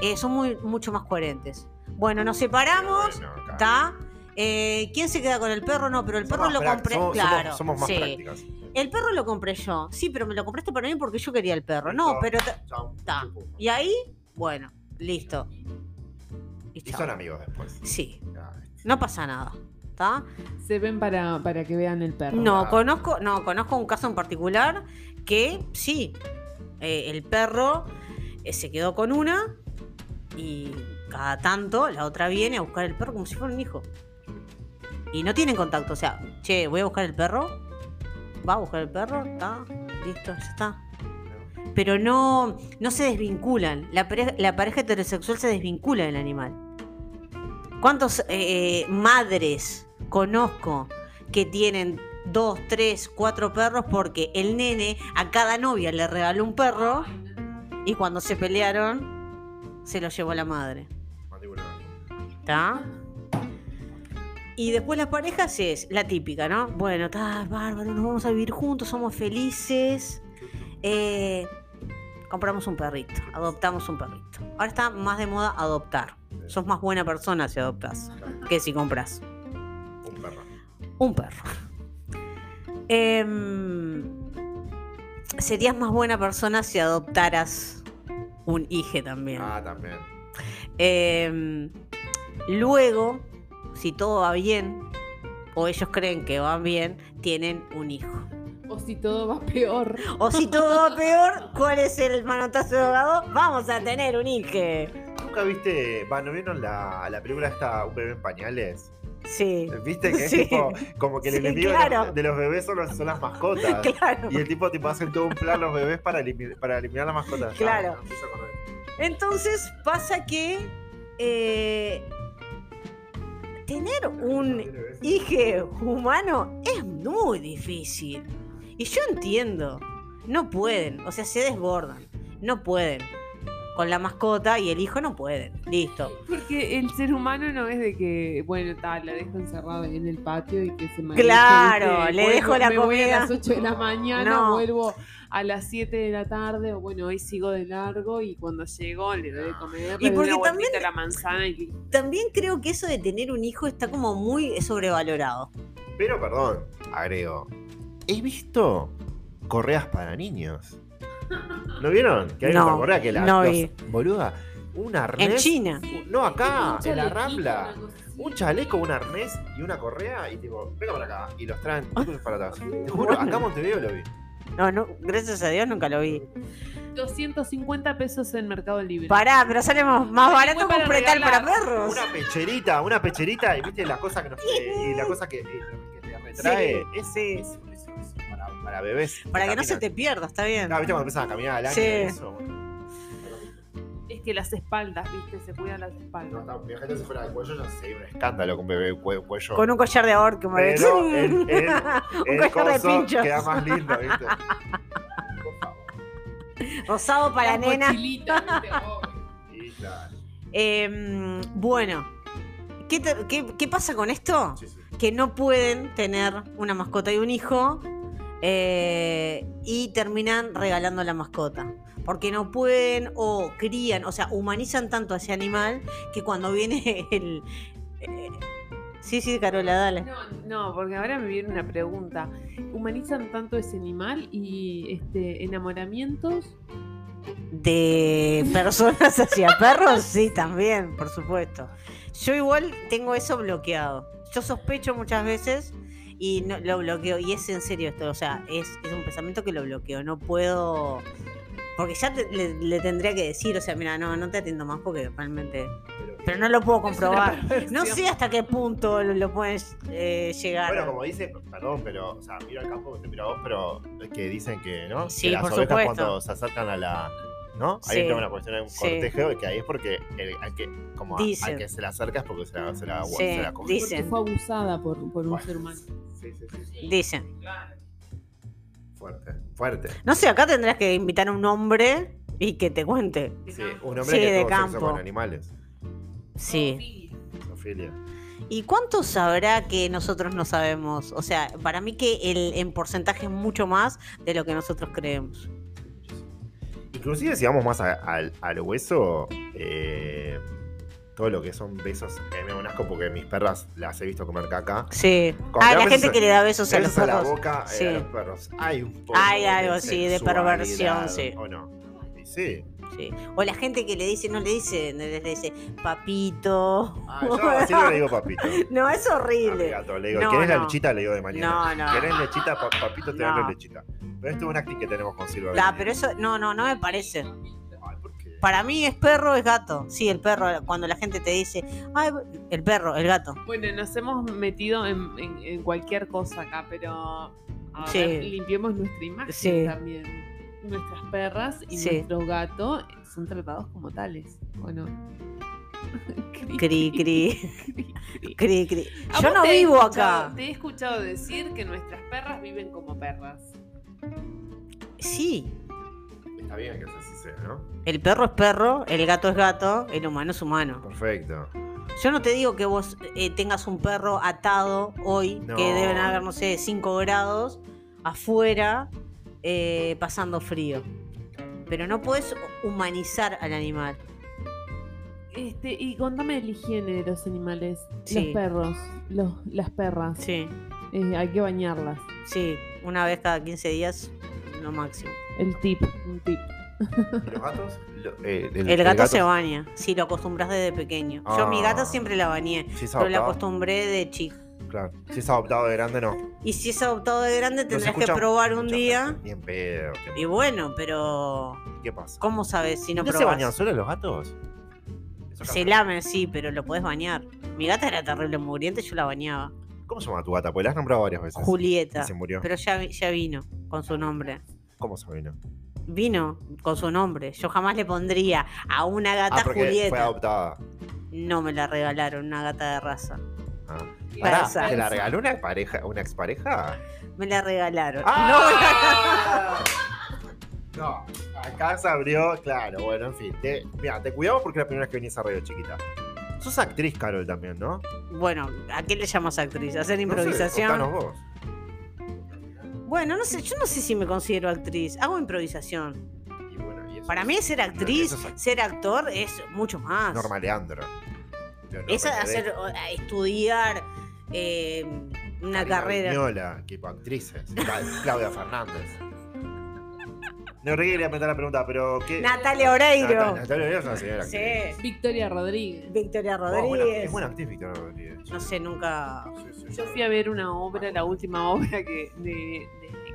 [SPEAKER 1] eh, son muy, mucho más coherentes. Bueno, nos separamos,
[SPEAKER 2] Bueno, acá.
[SPEAKER 1] ¿Está? Eh, ¿Quién se queda con el perro? No, pero el
[SPEAKER 2] Somos
[SPEAKER 1] perro lo
[SPEAKER 2] práct-
[SPEAKER 1] compré.
[SPEAKER 2] Somos,
[SPEAKER 1] claro.
[SPEAKER 2] somos- somos más
[SPEAKER 1] sí.
[SPEAKER 2] prácticas.
[SPEAKER 1] El perro lo compré yo. Sí, pero me lo compraste para mí porque yo quería el perro. No,
[SPEAKER 2] Listo.
[SPEAKER 1] pero. te-
[SPEAKER 2] Chao.
[SPEAKER 1] Ta. Y ahí, bueno, listo. Y
[SPEAKER 2] Y
[SPEAKER 1] chao.
[SPEAKER 2] son amigos después.
[SPEAKER 1] Sí,
[SPEAKER 2] Ah,
[SPEAKER 1] no pasa nada. ¿Está?
[SPEAKER 3] Se ven para, para que vean el perro.
[SPEAKER 1] No,
[SPEAKER 2] nada.
[SPEAKER 1] conozco, no, conozco un caso en particular que sí. eh, el perro eh, se quedó con una y cada tanto la otra viene a buscar el perro como si fuera un hijo. Y no tienen contacto, o sea, che, voy a buscar el perro, va a buscar el perro, está, listo, ya está. Pero no, no se desvinculan. La pareja, la pareja heterosexual se desvincula del animal. ¿Cuántas madres conozco que tienen dos, tres, cuatro perros porque el nene a cada novia le regaló un perro y cuando se pelearon se lo llevó la madre?
[SPEAKER 2] mandíbula.
[SPEAKER 1] ¿Está? Y después las parejas es la típica, ¿no? Bueno, está bárbaro, nos vamos a vivir juntos, somos felices. Eh, compramos un perrito, adoptamos un perrito. Ahora está más de moda adoptar. Sos más buena persona si adoptas que si compras
[SPEAKER 2] Un perro.
[SPEAKER 1] un perro. Em, serías más buena persona si adoptaras un hijo también.
[SPEAKER 2] Ah, también.
[SPEAKER 1] Em, luego, si todo va bien, o ellos creen que van bien, tienen un hijo.
[SPEAKER 3] O si todo va peor.
[SPEAKER 1] O si todo
[SPEAKER 2] [LAUGHS]
[SPEAKER 1] va peor, ¿cuál es el manotazo de abogado? Vamos a tener un hijo.
[SPEAKER 2] ¿Nunca viste, va, no vieron la, la película esta, Un bebé en pañales?
[SPEAKER 1] Sí,
[SPEAKER 2] ¿Viste que es
[SPEAKER 1] Sí.
[SPEAKER 2] tipo, como que el
[SPEAKER 1] Sí,
[SPEAKER 2] enemigo de
[SPEAKER 1] claro.
[SPEAKER 2] los- de, los bebés son, los- son las mascotas?
[SPEAKER 1] claro.
[SPEAKER 2] Ah. Y el tipo, tipo, hacen todo un plan los bebés para, elimi- para eliminar las mascotas.
[SPEAKER 1] Claro.
[SPEAKER 2] Ah, no, empiezo a correr.
[SPEAKER 1] Entonces pasa que eh, tener un Dije, humano es muy difícil. Y yo entiendo. No pueden. O sea, se desbordan. No pueden. Con la mascota y el hijo no pueden. Listo.
[SPEAKER 3] Porque el ser humano no es de que, bueno, tal, la dejo encerrada en el patio y que se me
[SPEAKER 1] Claro, le dejo la
[SPEAKER 3] me Voy a
[SPEAKER 1] comida.
[SPEAKER 3] las 8 de la mañana,
[SPEAKER 1] No.
[SPEAKER 3] vuelvo a las 7 de la tarde, o bueno, hoy sigo de largo y cuando llego le doy de comer,
[SPEAKER 1] Y
[SPEAKER 3] le doy
[SPEAKER 1] porque
[SPEAKER 3] una vueltita
[SPEAKER 1] también-
[SPEAKER 3] a la manzana y
[SPEAKER 1] También creo que eso de tener un hijo está como muy sobrevalorado.
[SPEAKER 2] Pero perdón, agrego. He visto correas para niños. ¿No vieron? Que hay
[SPEAKER 1] No,
[SPEAKER 2] una correa que la
[SPEAKER 1] no
[SPEAKER 2] los-
[SPEAKER 1] vi.
[SPEAKER 2] boluda, un arnés.
[SPEAKER 1] En China.
[SPEAKER 2] No, acá,
[SPEAKER 3] Un
[SPEAKER 2] en la
[SPEAKER 3] chalequito,
[SPEAKER 2] Rambla.
[SPEAKER 3] una cosa así.
[SPEAKER 2] Un chaleco, un arnés y una correa y tipo, venga para acá. Y los traen
[SPEAKER 1] Ah.
[SPEAKER 2] todos para atrás. Te juro, acá en Montevideo lo vi.
[SPEAKER 1] No, no, gracias a Dios nunca lo vi.
[SPEAKER 3] 250 pesos en Mercado Libre.
[SPEAKER 1] Pará, pero sale más, más
[SPEAKER 3] Ay,
[SPEAKER 1] barato
[SPEAKER 3] fue
[SPEAKER 1] que
[SPEAKER 3] para
[SPEAKER 1] un pretal para
[SPEAKER 3] regalar.
[SPEAKER 1] perros.
[SPEAKER 2] Una pecherita, una pecherita, y viste la cosa que nos. eh, y la cosa que, que te retrae.
[SPEAKER 1] Sí,
[SPEAKER 2] es,
[SPEAKER 1] sí.
[SPEAKER 2] eso, eso, eso, para, para bebés.
[SPEAKER 1] Para que no se
[SPEAKER 2] caminan.
[SPEAKER 1] te pierda, está bien.
[SPEAKER 2] No, viste cuando empiezan a caminar al año.
[SPEAKER 1] Sí.
[SPEAKER 2] Eso,
[SPEAKER 3] Es que las espaldas, viste, se cuidan las
[SPEAKER 2] No,
[SPEAKER 3] espaldas.
[SPEAKER 2] está, mi gente se fuera del cuello ya sería un escándalo con bebé cue- cuello.
[SPEAKER 1] Con un collar de ahorca. como de-
[SPEAKER 2] Pero el-
[SPEAKER 1] [LAUGHS] un
[SPEAKER 2] el-
[SPEAKER 1] collar de
[SPEAKER 2] el coso
[SPEAKER 1] pinchos. [LAUGHS]
[SPEAKER 2] Queda más lindo, ¿viste? Por favor.
[SPEAKER 1] Rosado para
[SPEAKER 3] Las
[SPEAKER 1] nena.
[SPEAKER 3] mochilitas,
[SPEAKER 1] [LAUGHS]
[SPEAKER 3] viste, obvio.
[SPEAKER 2] Y claro,
[SPEAKER 1] Em, bueno, ¿qué, te- qué- qué pasa con esto?
[SPEAKER 2] sí, sí.
[SPEAKER 1] Que no pueden tener una mascota y un hijo eh, y terminan regalando la mascota. Porque no pueden o crían, o sea, humanizan tanto a ese animal que cuando viene el... eh, sí, sí, Carola, dale.
[SPEAKER 3] No, no, porque ahora me viene una pregunta. ¿Humanizan tanto ese animal y este enamoramientos?
[SPEAKER 1] De personas [LAUGHS] hacia perros, sí, también, por supuesto. Yo igual tengo eso bloqueado. Yo sospecho muchas veces y no, lo bloqueo. Y es en serio esto, o sea, es, es un pensamiento que lo bloqueo. No puedo... Porque ya te- le, le tendría que decir, o sea, mira, no, no te atiendo más porque realmente... Pero no lo puedo comprobar. No sé hasta qué punto lo, lo puedes eh, llegar.
[SPEAKER 2] Bueno, como dice, perdón, pero, o sea, miro al campo, te miro a vos, pero es que dicen que, ¿no?
[SPEAKER 1] Sí,
[SPEAKER 2] que las
[SPEAKER 1] por
[SPEAKER 2] ovejas
[SPEAKER 1] supuesto.
[SPEAKER 2] cuando se acercan a la. ¿No? Ahí
[SPEAKER 1] Sí.
[SPEAKER 2] entra una cuestión de un
[SPEAKER 1] Sí.
[SPEAKER 2] cortejeo, que ahí es porque el- al que, como a-
[SPEAKER 1] Dicen.
[SPEAKER 2] al que se la acerca es porque se la, se la,
[SPEAKER 1] Sí,
[SPEAKER 2] se la coge.
[SPEAKER 1] dicen.
[SPEAKER 3] Porque fue abusada por, por un
[SPEAKER 2] Bueno,
[SPEAKER 3] ser humano.
[SPEAKER 2] Sí, sí, sí.
[SPEAKER 1] Dicen.
[SPEAKER 2] Fuerte, fuerte.
[SPEAKER 1] No sé, acá tendrás que invitar a un hombre y que te cuente.
[SPEAKER 2] Sí, un hombre
[SPEAKER 1] Sí,
[SPEAKER 2] que
[SPEAKER 1] de
[SPEAKER 2] tuvo sexo
[SPEAKER 1] campo.
[SPEAKER 2] con animales.
[SPEAKER 1] Sí.
[SPEAKER 2] Ofelia.
[SPEAKER 1] ¿Y cuánto sabrá que nosotros no sabemos? O sea, para mí que el en porcentaje es mucho más de lo que nosotros creemos.
[SPEAKER 2] Inclusive si vamos más a- al, al hueso, eh, todo lo que son besos, eh, me da un asco porque mis perras las he visto comer caca.
[SPEAKER 1] Sí.
[SPEAKER 2] Cuando
[SPEAKER 1] Ah,
[SPEAKER 2] te
[SPEAKER 1] la
[SPEAKER 2] das
[SPEAKER 1] gente
[SPEAKER 2] besos-
[SPEAKER 1] que le da besos a los
[SPEAKER 2] Besos a la
[SPEAKER 1] perros.
[SPEAKER 2] boca eh,
[SPEAKER 1] Sí.
[SPEAKER 2] a los perros. Hay un poco
[SPEAKER 1] Hay algo, sí, de
[SPEAKER 2] sensualidad,
[SPEAKER 1] perversión, sí.
[SPEAKER 2] ¿O no? Y Sí.
[SPEAKER 1] Sí. O la gente que le dice, no le dice, no le le dice, papito. [LAUGHS]
[SPEAKER 2] Ah, yo así no le digo papito. A
[SPEAKER 1] No, es
[SPEAKER 2] mi
[SPEAKER 1] horrible.
[SPEAKER 2] gato, le digo,
[SPEAKER 1] No,
[SPEAKER 2] ¿querés la
[SPEAKER 1] no.
[SPEAKER 2] lechita? Le digo de mañana.
[SPEAKER 1] No, no.
[SPEAKER 2] ¿Querés lechita? Pa- papito, te
[SPEAKER 1] No.
[SPEAKER 2] doy la lechita. Pero esto es una actitud que tenemos con Silvia.
[SPEAKER 1] Ah, pero eso, no, no, no me parece.
[SPEAKER 2] Ay, ¿por qué?
[SPEAKER 1] Para mí es perro, es gato. Sí, el perro, cuando la gente te dice, ay, el perro, el gato.
[SPEAKER 3] Bueno, nos hemos metido en, en- en cualquier cosa acá, pero a
[SPEAKER 1] Sí.
[SPEAKER 3] ver, limpiemos nuestra imagen
[SPEAKER 1] Sí.
[SPEAKER 3] también. Nuestras perras y
[SPEAKER 1] Sí.
[SPEAKER 3] nuestro gato son tratados como tales, ¿o no? [LAUGHS]
[SPEAKER 1] Cri, cri,
[SPEAKER 3] Cri, cri, cri.
[SPEAKER 1] cri, cri.
[SPEAKER 3] ¿A
[SPEAKER 1] Yo
[SPEAKER 3] vos
[SPEAKER 1] no
[SPEAKER 3] te he
[SPEAKER 1] vivo
[SPEAKER 3] escuchado-
[SPEAKER 1] acá.
[SPEAKER 3] Te he escuchado decir que nuestras perras viven como perras.
[SPEAKER 1] Sí,
[SPEAKER 2] Está bien que así sea, ¿no?
[SPEAKER 1] El perro es perro, el gato es gato, el humano es humano.
[SPEAKER 2] Perfecto.
[SPEAKER 1] Yo no te digo que vos eh, tengas un perro atado hoy, que deben
[SPEAKER 2] No.
[SPEAKER 1] haber, no sé, 5 grados, afuera, eh, pasando frío. Pero no puedes humanizar al animal.
[SPEAKER 3] Este, y contame la higiene de los animales.
[SPEAKER 1] Sí.
[SPEAKER 3] Los perros, los, las perras.
[SPEAKER 1] Sí,
[SPEAKER 3] Eh, hay que bañarlas.
[SPEAKER 1] sí, una vez cada 15 días, lo máximo.
[SPEAKER 3] El tip, un tip.
[SPEAKER 2] ¿Y los gatos? Lo- eh,
[SPEAKER 1] El, gato, se baña, si lo acostumbras desde pequeño. Yo a mi gata
[SPEAKER 2] Ah.
[SPEAKER 1] siempre la bañé,
[SPEAKER 2] Si es
[SPEAKER 1] pero la
[SPEAKER 2] adoptado,
[SPEAKER 1] acostumbré de chica.
[SPEAKER 2] claro. Si es adoptado de grande, no. No
[SPEAKER 1] Y si es adoptado de grande,
[SPEAKER 2] se
[SPEAKER 1] tendrás que
[SPEAKER 2] escucha-
[SPEAKER 1] probar
[SPEAKER 2] no
[SPEAKER 1] un
[SPEAKER 2] se escucha
[SPEAKER 1] día.
[SPEAKER 2] Ni en pedo. ¿Qué,
[SPEAKER 1] Y bueno, pero
[SPEAKER 2] qué pasa?
[SPEAKER 1] ¿cómo sabes si no,
[SPEAKER 2] Mm, ¿No, se
[SPEAKER 1] probás?
[SPEAKER 2] bañan solos los gatos? Eso
[SPEAKER 1] Se
[SPEAKER 2] capaz.
[SPEAKER 1] lamen, sí, pero lo podés bañar. Mi gata era terrible mugrienta y yo la bañaba.
[SPEAKER 2] ¿Cómo se llama tu gata? Pues la has nombrado varias veces.
[SPEAKER 1] Julieta.
[SPEAKER 2] Y se murió.
[SPEAKER 1] Pero ya, vi- ya vino con su nombre.
[SPEAKER 2] ¿Cómo se vino?
[SPEAKER 1] Vino con su nombre. Yo jamás le pondría a una gata
[SPEAKER 2] Ah, porque fue
[SPEAKER 1] Julieta.
[SPEAKER 2] adoptada.
[SPEAKER 1] No me la regalaron, una gata de raza.
[SPEAKER 2] Ah. Pará,
[SPEAKER 1] Pasa.
[SPEAKER 2] ¿te la regaló una pareja, una expareja?
[SPEAKER 1] Me la regalaron.
[SPEAKER 2] ¡Ah! [LAUGHS] No, acá se abrió, claro, bueno, en fin. Te, mira, te cuidamos porque es la primera vez que venís a Radio Chiquita. Sos actriz, Carol, también, ¿no?
[SPEAKER 1] Bueno, ¿a qué le llamas actriz? ¿A ¿Hacer
[SPEAKER 2] No sé,
[SPEAKER 1] improvisación?
[SPEAKER 2] contanos vos.
[SPEAKER 1] bueno, no sé, yo no sé si me considero actriz. Hago improvisación.
[SPEAKER 2] Y bueno, y eso
[SPEAKER 1] Para
[SPEAKER 2] es-
[SPEAKER 1] mí ser actriz,
[SPEAKER 2] Eso es act-
[SPEAKER 1] ser actor es mucho más.
[SPEAKER 2] Norma Leandro. No, no,
[SPEAKER 1] Es
[SPEAKER 2] Norma
[SPEAKER 1] hacer,
[SPEAKER 2] Leandro.
[SPEAKER 1] o- a estudiar eh, una
[SPEAKER 2] Karina
[SPEAKER 1] carrera.
[SPEAKER 2] Viñola, que actrices. Cla- Claudia Fernández.
[SPEAKER 1] [LAUGHS]
[SPEAKER 2] No reí, le meter la pregunta, pero ¿qué?
[SPEAKER 1] Natalia Oreiro.
[SPEAKER 2] Nat- Natalia Oreiro es una señora
[SPEAKER 1] Sí.
[SPEAKER 2] actriz.
[SPEAKER 3] Victoria Rodríguez.
[SPEAKER 1] Victoria
[SPEAKER 2] Oh, buena-
[SPEAKER 1] Rodríguez.
[SPEAKER 2] es buena actriz, Victoria Rodríguez. Ah,
[SPEAKER 1] No sé, nunca.
[SPEAKER 2] Sí, sí,
[SPEAKER 3] Yo
[SPEAKER 2] sí.
[SPEAKER 3] fui a ver una obra, la última obra que, de- de-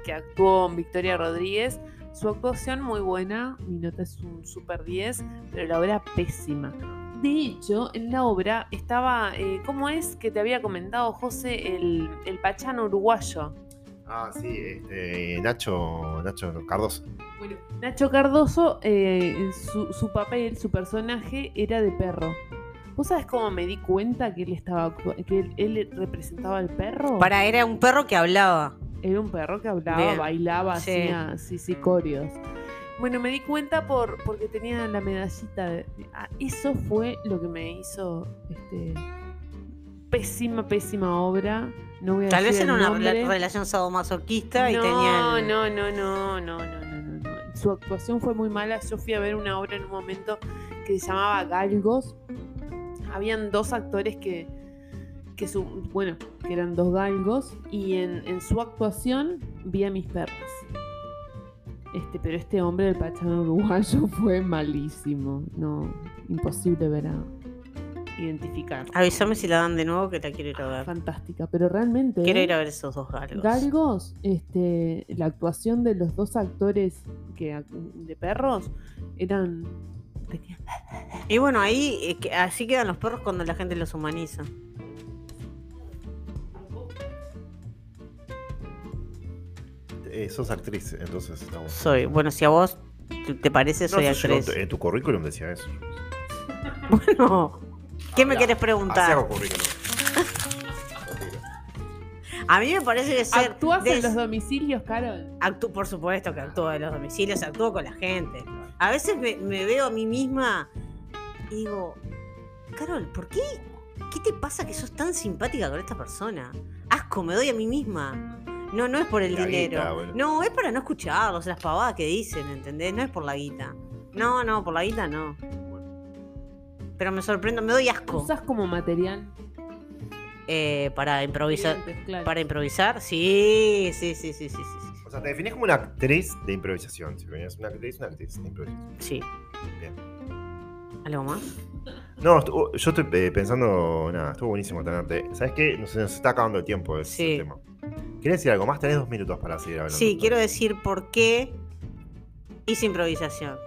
[SPEAKER 3] que actuó Victoria Rodríguez. Su actuación muy buena, mi nota es un super 10, pero la obra pésima. De hecho, en la obra estaba, eh, ¿cómo es que te había comentado José, el, el pachano uruguayo?
[SPEAKER 2] Ah, sí, este, Nacho, Nacho Cardoso.
[SPEAKER 3] Bueno, Nacho Cardoso, eh, en su, su papel, su personaje era de perro. ¿Vos sabés cómo me di cuenta que él estaba actu- que él, él representaba al perro?
[SPEAKER 1] Para, era un perro que hablaba.
[SPEAKER 3] Era un perro que hablaba,
[SPEAKER 1] Bien.
[SPEAKER 3] bailaba,
[SPEAKER 1] Sí.
[SPEAKER 3] hacía sicorios. Bueno, me di cuenta por porque tenía la medallita. de- ah, eso fue lo que me hizo este, pésima, pésima obra. No voy a
[SPEAKER 1] Tal vez
[SPEAKER 3] decir
[SPEAKER 1] era
[SPEAKER 3] el
[SPEAKER 1] una
[SPEAKER 3] nombre.
[SPEAKER 1] rela- relación sadomasoquista y
[SPEAKER 3] no,
[SPEAKER 1] tenía. el-
[SPEAKER 3] no, no, no, no, no, no, no, no. Su actuación fue muy mala. Yo fui a ver una obra en un momento que se llamaba Galgos. Habían dos actores que, que su, bueno, que eran dos galgos y en, en su actuación vi a mis perros. Este, pero este hombre del pachano uruguayo [LAUGHS] fue malísimo. No, imposible ver a identificar.
[SPEAKER 1] Avísame si la dan de nuevo que la quiero ir a ver.
[SPEAKER 3] Fantástica, pero realmente.
[SPEAKER 1] Quiero
[SPEAKER 3] ¿eh?
[SPEAKER 1] ir a ver esos dos galgos.
[SPEAKER 3] Galgos, este, la actuación de los dos actores que ac- de perros eran tenían-
[SPEAKER 1] Y bueno, ahí eh, que- así quedan los perros cuando la gente los humaniza.
[SPEAKER 2] Eh, sos actriz, entonces estamos.
[SPEAKER 1] Soy. Bueno, si a vos te- te parece,
[SPEAKER 2] No,
[SPEAKER 1] soy
[SPEAKER 2] eso yo-
[SPEAKER 1] actriz.
[SPEAKER 2] en tu currículum decía eso.
[SPEAKER 1] [LAUGHS] Bueno, ¿qué me
[SPEAKER 2] Habla.
[SPEAKER 1] querés
[SPEAKER 2] Así
[SPEAKER 1] preguntar?
[SPEAKER 2] hago currículum.
[SPEAKER 1] A mí me parece que ser.
[SPEAKER 3] ¿Actúas
[SPEAKER 1] des-
[SPEAKER 3] en los domicilios, Carol?
[SPEAKER 1] Actú- por supuesto que actúo en los domicilios, actúo con la gente. A veces me, me veo a mí misma y digo, Carol, ¿por qué? ¿Qué te pasa que sos tan simpática con esta persona? Asco, me doy a mí misma. No, no es por el
[SPEAKER 2] La
[SPEAKER 1] dinero.
[SPEAKER 2] guita, boludo.
[SPEAKER 1] no, es para no escucharlos, las pavadas que dicen, ¿entendés? No es por la guita. No, no, por la guita no. Pero me sorprendo, me doy asco.
[SPEAKER 3] ¿Usas como material?
[SPEAKER 1] Eh, para improvisar.
[SPEAKER 3] Clientes, claro.
[SPEAKER 1] Para improvisar, sí, sí, sí, sí, sí, sí.
[SPEAKER 2] O sea, te definís como una actriz de improvisación. Si venías una actriz, una actriz de improvisación.
[SPEAKER 1] Sí.
[SPEAKER 2] Bien.
[SPEAKER 1] ¿Algo más?
[SPEAKER 2] No, estu- yo estoy eh, pensando, nada, estuvo buenísimo tenerte. ¿Sabes qué? Nos, nos está acabando el tiempo de ese
[SPEAKER 1] Sí.
[SPEAKER 2] tema. ¿Querés decir algo más? Tenés dos minutos para seguir hablando.
[SPEAKER 1] Sí, quiero decir por qué hice improvisación.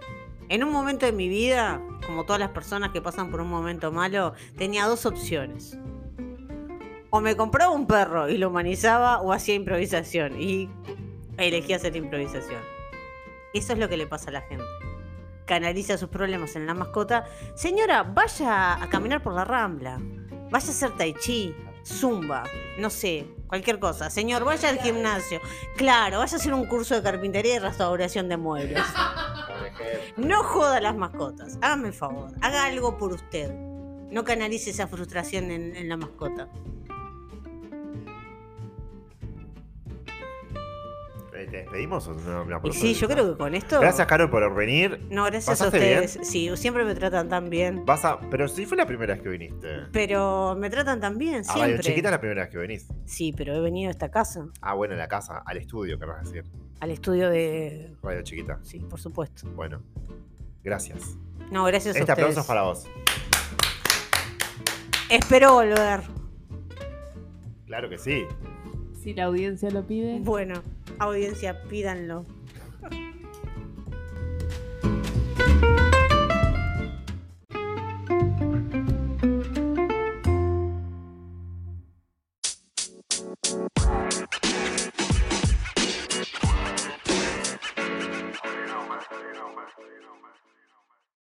[SPEAKER 1] En un momento de mi vida, como todas las personas que pasan por un momento malo, tenía dos opciones. O me compraba un perro y lo humanizaba o hacía improvisación y elegí hacer improvisación. Eso es lo que le pasa a la gente. Canaliza sus problemas en la mascota. Señora, vaya a caminar por la rambla. Vaya a hacer tai chi, zumba, no sé, cualquier cosa. Señor, vaya al gimnasio. Claro, vaya a hacer un curso de carpintería y restauración de muebles.
[SPEAKER 2] Por ejemplo,
[SPEAKER 1] No joda a las mascotas. Hágame el favor. Haga algo por usted. No canalice esa frustración en, en la mascota.
[SPEAKER 2] Eh, ¿Te despedimos o no? no,
[SPEAKER 1] Y
[SPEAKER 2] por
[SPEAKER 1] sí, yo
[SPEAKER 2] favor.
[SPEAKER 1] creo que con esto.
[SPEAKER 2] Gracias, Carol, por venir.
[SPEAKER 1] No, gracias a
[SPEAKER 2] ¿Pasaste bien?
[SPEAKER 1] ustedes. Sí, siempre me tratan tan bien.
[SPEAKER 2] Vas a... Pero sí fue la primera vez que viniste.
[SPEAKER 1] Pero me tratan tan bien,
[SPEAKER 2] A Radio
[SPEAKER 1] siempre.
[SPEAKER 2] Ah, Chiquita es la primera vez que venís.
[SPEAKER 1] Sí, pero he venido a esta casa,
[SPEAKER 2] Ah, bueno, a la casa, al estudio, querrás decir.
[SPEAKER 1] al estudio de.
[SPEAKER 2] Radio Chiquita.
[SPEAKER 1] Sí, por supuesto.
[SPEAKER 2] Bueno, gracias.
[SPEAKER 1] No, gracias
[SPEAKER 2] Este
[SPEAKER 1] a ustedes.
[SPEAKER 2] aplauso es para vos.
[SPEAKER 1] Espero volver.
[SPEAKER 2] Claro que sí.
[SPEAKER 3] Si la audiencia lo pide.
[SPEAKER 1] Bueno, audiencia, pídanlo.